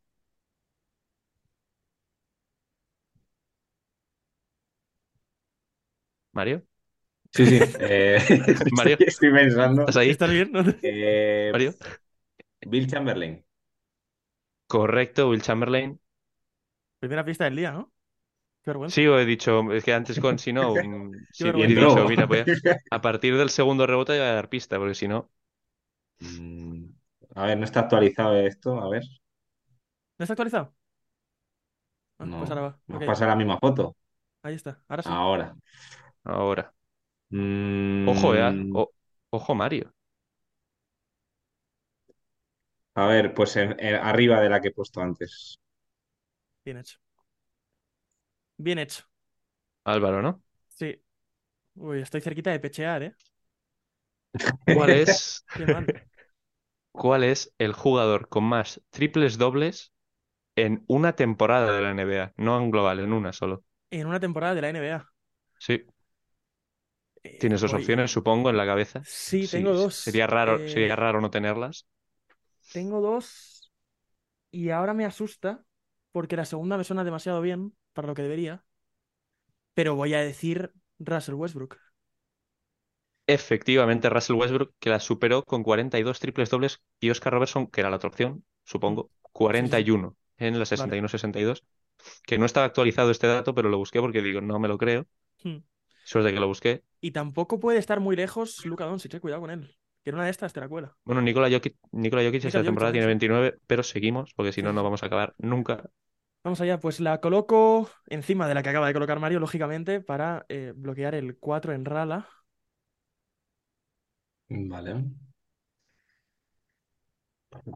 Speaker 3: Mario,
Speaker 1: Sí,
Speaker 3: *laughs*
Speaker 1: sí. Eh, *laughs* estoy-
Speaker 3: Mario.
Speaker 1: estoy
Speaker 3: *laughs*
Speaker 1: pensando.
Speaker 3: ¿estás ahí?
Speaker 2: ¿Estás bien? *laughs* ¿No te-
Speaker 1: Eh,
Speaker 3: Mario.
Speaker 1: Bill Chamberlain.
Speaker 3: Correcto, Will Chamberlain.
Speaker 2: Primera pista del día, ¿no? Qué vergüenza.
Speaker 3: Sí, o he dicho, es que antes con si *laughs* no, mm, sí,
Speaker 2: vergüenza.
Speaker 3: he
Speaker 2: Y
Speaker 3: dicho,
Speaker 1: entró.
Speaker 3: mira, *laughs* pues voy a, a partir del segundo rebote voy a dar pista, porque si no,
Speaker 1: Mm, A ver, no está actualizado esto. A ver,
Speaker 2: ¿No está actualizado? Ah,
Speaker 1: no.
Speaker 2: Pues ahora va.
Speaker 1: Nos
Speaker 2: Ok,
Speaker 1: pasa la misma foto.
Speaker 2: Ahí está. Ahora sí.
Speaker 3: Ah.
Speaker 1: Ahora.
Speaker 3: ahora.
Speaker 1: Mm,
Speaker 3: Ojo, eh, a- o- ojo, Mario.
Speaker 1: A ver, pues en- en- arriba de la que he puesto antes.
Speaker 2: Bien hecho. Bien hecho.
Speaker 3: Álvaro, ¿no?
Speaker 2: *laughs* Sí. Uy, estoy cerquita de pechear, ¿eh?
Speaker 3: ¿Cuál es,
Speaker 2: Qué
Speaker 3: *laughs*
Speaker 2: mal.
Speaker 3: cuál es el jugador con más triples dobles en una temporada de la NBA? No en global, en una solo.
Speaker 2: En una temporada de la NBA.
Speaker 3: Sí,
Speaker 2: Eh,
Speaker 3: tienes dos
Speaker 2: voy.
Speaker 3: opciones, supongo, en la cabeza.
Speaker 2: Sí,
Speaker 3: Sí,
Speaker 2: tengo dos.
Speaker 3: Sería raro,
Speaker 2: Eh,
Speaker 3: sería raro no tenerlas.
Speaker 2: Tengo dos. Y ahora me asusta porque la segunda me suena demasiado bien para lo que debería. Pero voy a decir Russell Westbrook.
Speaker 3: Efectivamente, Russell Westbrook, que la superó con 42 triples dobles, y Oscar Robertson, que era la otra opción, supongo, 41 en la 61-62, que no estaba actualizado este dato, pero lo busqué porque digo, no me lo creo.
Speaker 2: Hmm.
Speaker 3: Suerte que lo busqué.
Speaker 2: Y tampoco puede estar muy lejos Luka Doncic, eh, cuidado con él. Que en una de estas te la cuela.
Speaker 3: Bueno, Nikola Jokic, Nikola Jokic esta
Speaker 2: Nikola Jokic,
Speaker 3: temporada
Speaker 2: de
Speaker 3: tiene
Speaker 2: hecho.
Speaker 3: 29, pero seguimos, porque si
Speaker 2: Sí,
Speaker 3: no,
Speaker 2: sí,
Speaker 3: no
Speaker 2: sí.
Speaker 3: vamos a acabar nunca.
Speaker 2: Vamos allá, pues la coloco encima de la que acaba de colocar Mario, lógicamente, para eh, bloquear el 4 en Rala.
Speaker 1: Vale.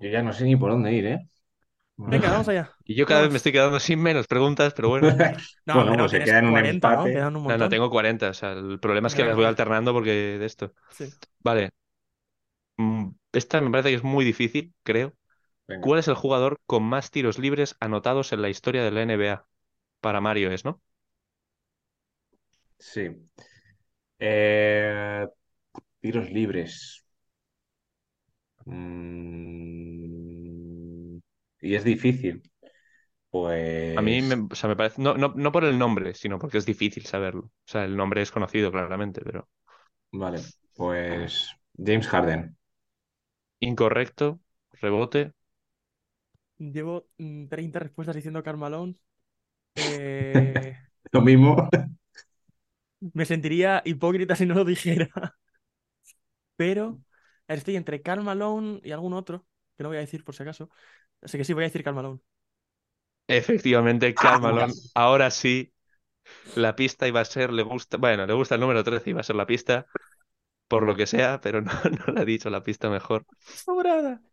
Speaker 1: Yo ya no sé ni por dónde ir, ¿eh?
Speaker 2: Venga, vamos allá.
Speaker 3: Y yo cada vez me
Speaker 2: Vamos.
Speaker 3: estoy quedando sin menos preguntas, pero bueno.
Speaker 2: No,
Speaker 1: Bueno,
Speaker 2: hombre, no,
Speaker 1: pues se
Speaker 2: tienes
Speaker 1: queda en un
Speaker 2: 40, ¿no?
Speaker 1: empate.
Speaker 2: Quedan un
Speaker 3: No, no,
Speaker 2: montón.
Speaker 3: tengo 40, o sea, el problema es que
Speaker 2: Vale,
Speaker 3: las voy
Speaker 2: vale.
Speaker 3: alternando porque de esto.
Speaker 2: Sí.
Speaker 3: Vale, mm, esta me parece que es muy difícil, creo.
Speaker 1: Venga.
Speaker 3: ¿Cuál es el jugador con más tiros libres anotados en la historia de la NBA? Para Mario es, ¿no?
Speaker 1: Sí. Eh, tiros libres. Mm, y es difícil.
Speaker 3: A mí
Speaker 1: Pues.
Speaker 3: me, o sea, me parece, no, no, no por el nombre, sino porque es difícil saberlo. O sea, el nombre es conocido claramente, pero
Speaker 1: Vale. Pues. James Harden.
Speaker 3: incorrecto, rebote.
Speaker 2: Llevo mm, 30 respuestas diciendo Carmalón.
Speaker 1: *laughs*
Speaker 2: Eh,
Speaker 1: Lo mismo.
Speaker 2: me sentiría hipócrita si no lo dijera. Pero estoy entre Karl Malone y algún otro, que no voy a decir por si acaso. Así que sí, voy a decir Karl Malone.
Speaker 3: Efectivamente,
Speaker 2: Ah,
Speaker 3: Karl Malone. Ahora sí, la pista iba a ser, le gusta, bueno, le gusta el número 13, iba a ser la pista, por lo que sea, pero no, *laughs* no le ha dicho la pista mejor. *laughs*
Speaker 2: ¡Sobrada!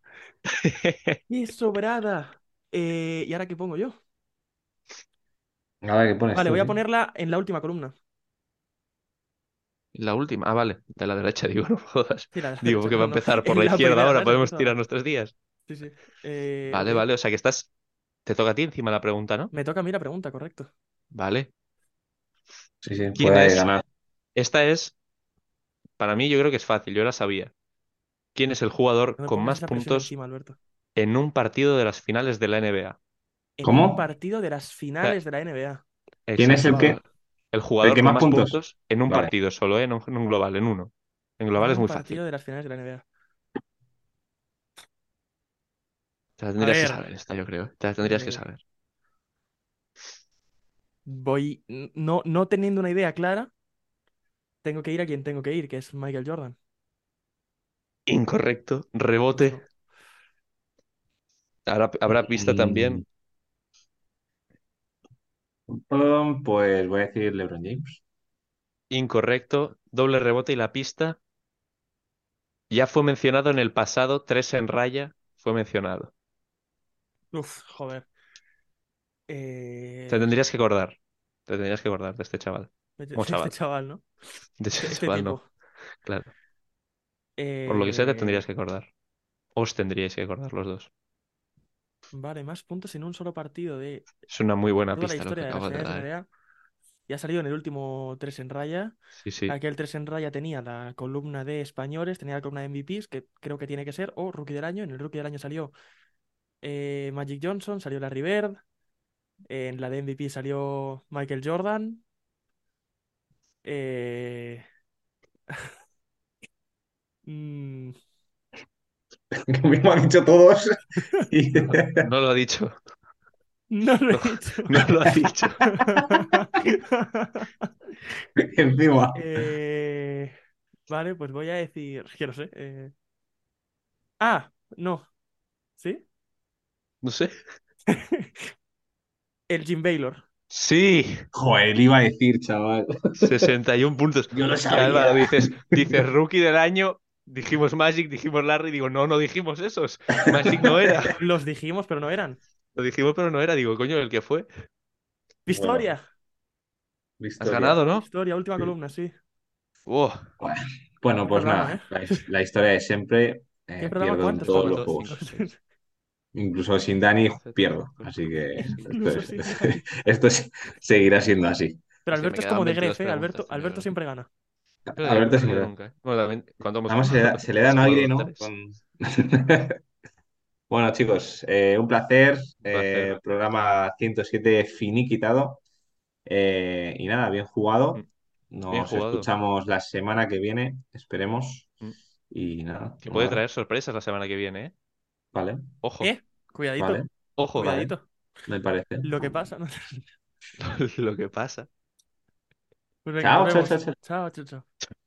Speaker 2: ¡Y sobrada! Eh, ¿y ahora qué pongo yo?
Speaker 1: A ver,
Speaker 3: Ah,
Speaker 1: ¿qué pones
Speaker 2: Vale,
Speaker 1: tú?
Speaker 2: voy a
Speaker 1: tío?
Speaker 2: ponerla en la última columna.
Speaker 3: La última, ah, vale, de la derecha, digo,
Speaker 2: *laughs*
Speaker 3: no jodas.
Speaker 2: Sí, la de la
Speaker 3: Digo,
Speaker 2: derecha,
Speaker 3: que va a
Speaker 2: no, no.
Speaker 3: empezar por
Speaker 2: *laughs* En
Speaker 3: la
Speaker 2: la
Speaker 3: izquierda
Speaker 2: primera,
Speaker 3: ahora,
Speaker 2: la he
Speaker 3: podemos
Speaker 2: empezado.
Speaker 3: tirar nuestros días.
Speaker 2: Sí, sí. Eh,
Speaker 3: Vale,
Speaker 2: ok.
Speaker 3: vale, o sea que estás, te toca a ti encima la pregunta, ¿no?
Speaker 2: Me toca a mí la pregunta, correcto.
Speaker 3: Vale.
Speaker 1: Sí, sí,
Speaker 3: ¿Quién
Speaker 1: puede
Speaker 3: es?
Speaker 1: ganar.
Speaker 3: Esta es, para mí yo creo que es fácil, yo la sabía. ¿Quién es el jugador
Speaker 2: No me
Speaker 3: con
Speaker 2: pongas
Speaker 3: más
Speaker 2: esa presión
Speaker 3: puntos
Speaker 2: encima, Alberto.
Speaker 3: en un partido de las finales de la NBA?
Speaker 2: En un
Speaker 1: ¿Cómo?
Speaker 2: partido de las
Speaker 3: sea,
Speaker 2: finales de la NBA.
Speaker 1: ¿Quién es
Speaker 3: Exacto,
Speaker 1: el que,
Speaker 2: Wow.
Speaker 3: el, el
Speaker 1: el
Speaker 3: jugador
Speaker 1: que
Speaker 3: con
Speaker 1: más
Speaker 3: más
Speaker 1: puntos?
Speaker 3: puntos en un
Speaker 1: Vale.
Speaker 3: partido solo, ¿eh? No en un global, en uno.
Speaker 2: En
Speaker 3: En global es
Speaker 2: un
Speaker 3: muy fácil.
Speaker 2: partido de las finales de la NBA.
Speaker 3: Te la
Speaker 2: A
Speaker 3: tendrías que
Speaker 2: ver.
Speaker 3: saber esta, yo creo. Te la tendrías que
Speaker 2: eh,
Speaker 3: saber.
Speaker 2: voy. n- No, no teniendo una idea clara, tengo que ir a quien tengo que ir, que es Michael Jordan.
Speaker 3: Incorrecto, rebote.
Speaker 2: Justo.
Speaker 3: Habrá, habrá pista
Speaker 1: Mm,
Speaker 3: también.
Speaker 1: um, pues voy a decir LeBron James. *laughs*
Speaker 3: Incorrecto, doble rebote y la pista. Ya fue mencionado en el pasado, tres en raya, fue mencionado.
Speaker 2: Uf, joder.
Speaker 3: Te
Speaker 2: Eh,
Speaker 3: tendrías que acordar. Te tendrías que acordar de este chaval.
Speaker 2: este
Speaker 3: O
Speaker 2: este
Speaker 3: chaval.
Speaker 2: *laughs* chaval, ¿no?
Speaker 3: De
Speaker 2: Este,
Speaker 3: este
Speaker 2: este
Speaker 3: chaval no,
Speaker 2: tipo.
Speaker 3: claro. Por lo que sea, te
Speaker 2: Eh,
Speaker 3: tendrías que acordar. Os tendríais que acordar los dos.
Speaker 2: vale, más puntos en un solo partido de
Speaker 3: Es una muy buena
Speaker 2: toda la
Speaker 3: pista lo que
Speaker 2: historia de las
Speaker 3: acabas de
Speaker 2: finales de
Speaker 3: dar,
Speaker 2: la
Speaker 3: ¿eh?
Speaker 2: NBA. Y ha salido en el último tres en raya.
Speaker 3: Sí, sí.
Speaker 2: Aquel tres en raya tenía la columna de españoles, tenía la columna de MVPs, que creo que tiene que ser, o Rookie del Año. En el Rookie del Año salió eh, Magic Johnson, salió Larry Bird. En la de MVP salió Michael Jordan. Eh, *laughs* mm,
Speaker 1: Lo mismo han dicho todos. *laughs* Y-
Speaker 3: No, *laughs* no lo ha dicho. *laughs*
Speaker 2: no lo
Speaker 3: No,
Speaker 2: he dicho.
Speaker 3: no lo ha dicho.
Speaker 1: Encima.
Speaker 2: *laughs* Eh, vale, pues voy a decir. *laughs* Que no sé. eh, Ah, no. ¿Sí?
Speaker 3: No sé.
Speaker 2: El Jim Baylor.
Speaker 3: Sí,
Speaker 1: Joder, iba a decir, chaval.
Speaker 3: 61 puntos.
Speaker 1: Yo lo
Speaker 3: Que Álvaro,
Speaker 1: sabía.
Speaker 3: dices, dices rookie del año, dijimos Magic, dijimos Larry, digo, no, no dijimos esos. Magic
Speaker 1: *laughs*
Speaker 3: no era.
Speaker 2: Los dijimos, pero no eran.
Speaker 3: Lo dijimos, pero no era. Digo, coño, el que fue.
Speaker 1: Bueno,
Speaker 2: Historia.
Speaker 1: mi
Speaker 3: Has
Speaker 1: historia.
Speaker 3: ganado, ¿no?
Speaker 2: Historia, última
Speaker 1: Ah. Sí. Eh,
Speaker 2: columna, sí.
Speaker 3: Wow.
Speaker 1: Bueno, Bueno, pues
Speaker 2: programa,
Speaker 1: nada, la, his- la historia de siempre, eh,
Speaker 2: ¿Qué
Speaker 1: pierdo
Speaker 2: programa
Speaker 1: en
Speaker 2: ¿eh? cuántos?
Speaker 1: todos
Speaker 2: Son
Speaker 1: los
Speaker 3: dos,
Speaker 1: juegos.
Speaker 3: sí.
Speaker 1: Incluso sin Dani pierdo, así que esto,
Speaker 2: Incluso
Speaker 1: es-
Speaker 2: sin Dani.
Speaker 1: *laughs* esto es- seguirá siendo así.
Speaker 2: Pero
Speaker 3: Se me
Speaker 2: Alberto es
Speaker 3: quedaban
Speaker 2: como de
Speaker 3: 22
Speaker 2: Gref, ¿eh? Alberto,
Speaker 3: preguntas,
Speaker 2: Alberto
Speaker 3: señor.
Speaker 2: siempre gana.
Speaker 3: Pero
Speaker 1: Alberto
Speaker 3: no
Speaker 1: sí me
Speaker 3: leo
Speaker 1: da.
Speaker 3: nunca, ¿eh? Bueno, también, cuando hemos
Speaker 1: Además se le da, se le da un
Speaker 3: hemos
Speaker 1: aire,
Speaker 3: jugado
Speaker 1: ¿no?
Speaker 3: tres.
Speaker 1: Con- *laughs* Bueno, chicos, eh, un placer.
Speaker 3: placer.
Speaker 1: eh, programa 107 finiquitado. Eh, y nada, bien jugado. Nos
Speaker 3: Mm, jugado.
Speaker 1: escuchamos la semana que viene, esperemos.
Speaker 3: Mm.
Speaker 1: Y nada.
Speaker 3: Que puede
Speaker 1: nada,
Speaker 3: traer sorpresas la semana que viene, ¿eh?
Speaker 1: Vale,
Speaker 3: Ojo,
Speaker 2: ¿Eh? Cuidadito,
Speaker 1: vale,
Speaker 3: ojo,
Speaker 1: vale.
Speaker 2: cuidadito.
Speaker 1: me parece.
Speaker 2: Lo que pasa. ¿no?
Speaker 3: *laughs* lo que pasa.
Speaker 2: Pues venga,
Speaker 1: Chao,
Speaker 2: nos
Speaker 1: chao,
Speaker 2: Pues vemos.
Speaker 1: chao, chao.
Speaker 2: Chao, chao, chao.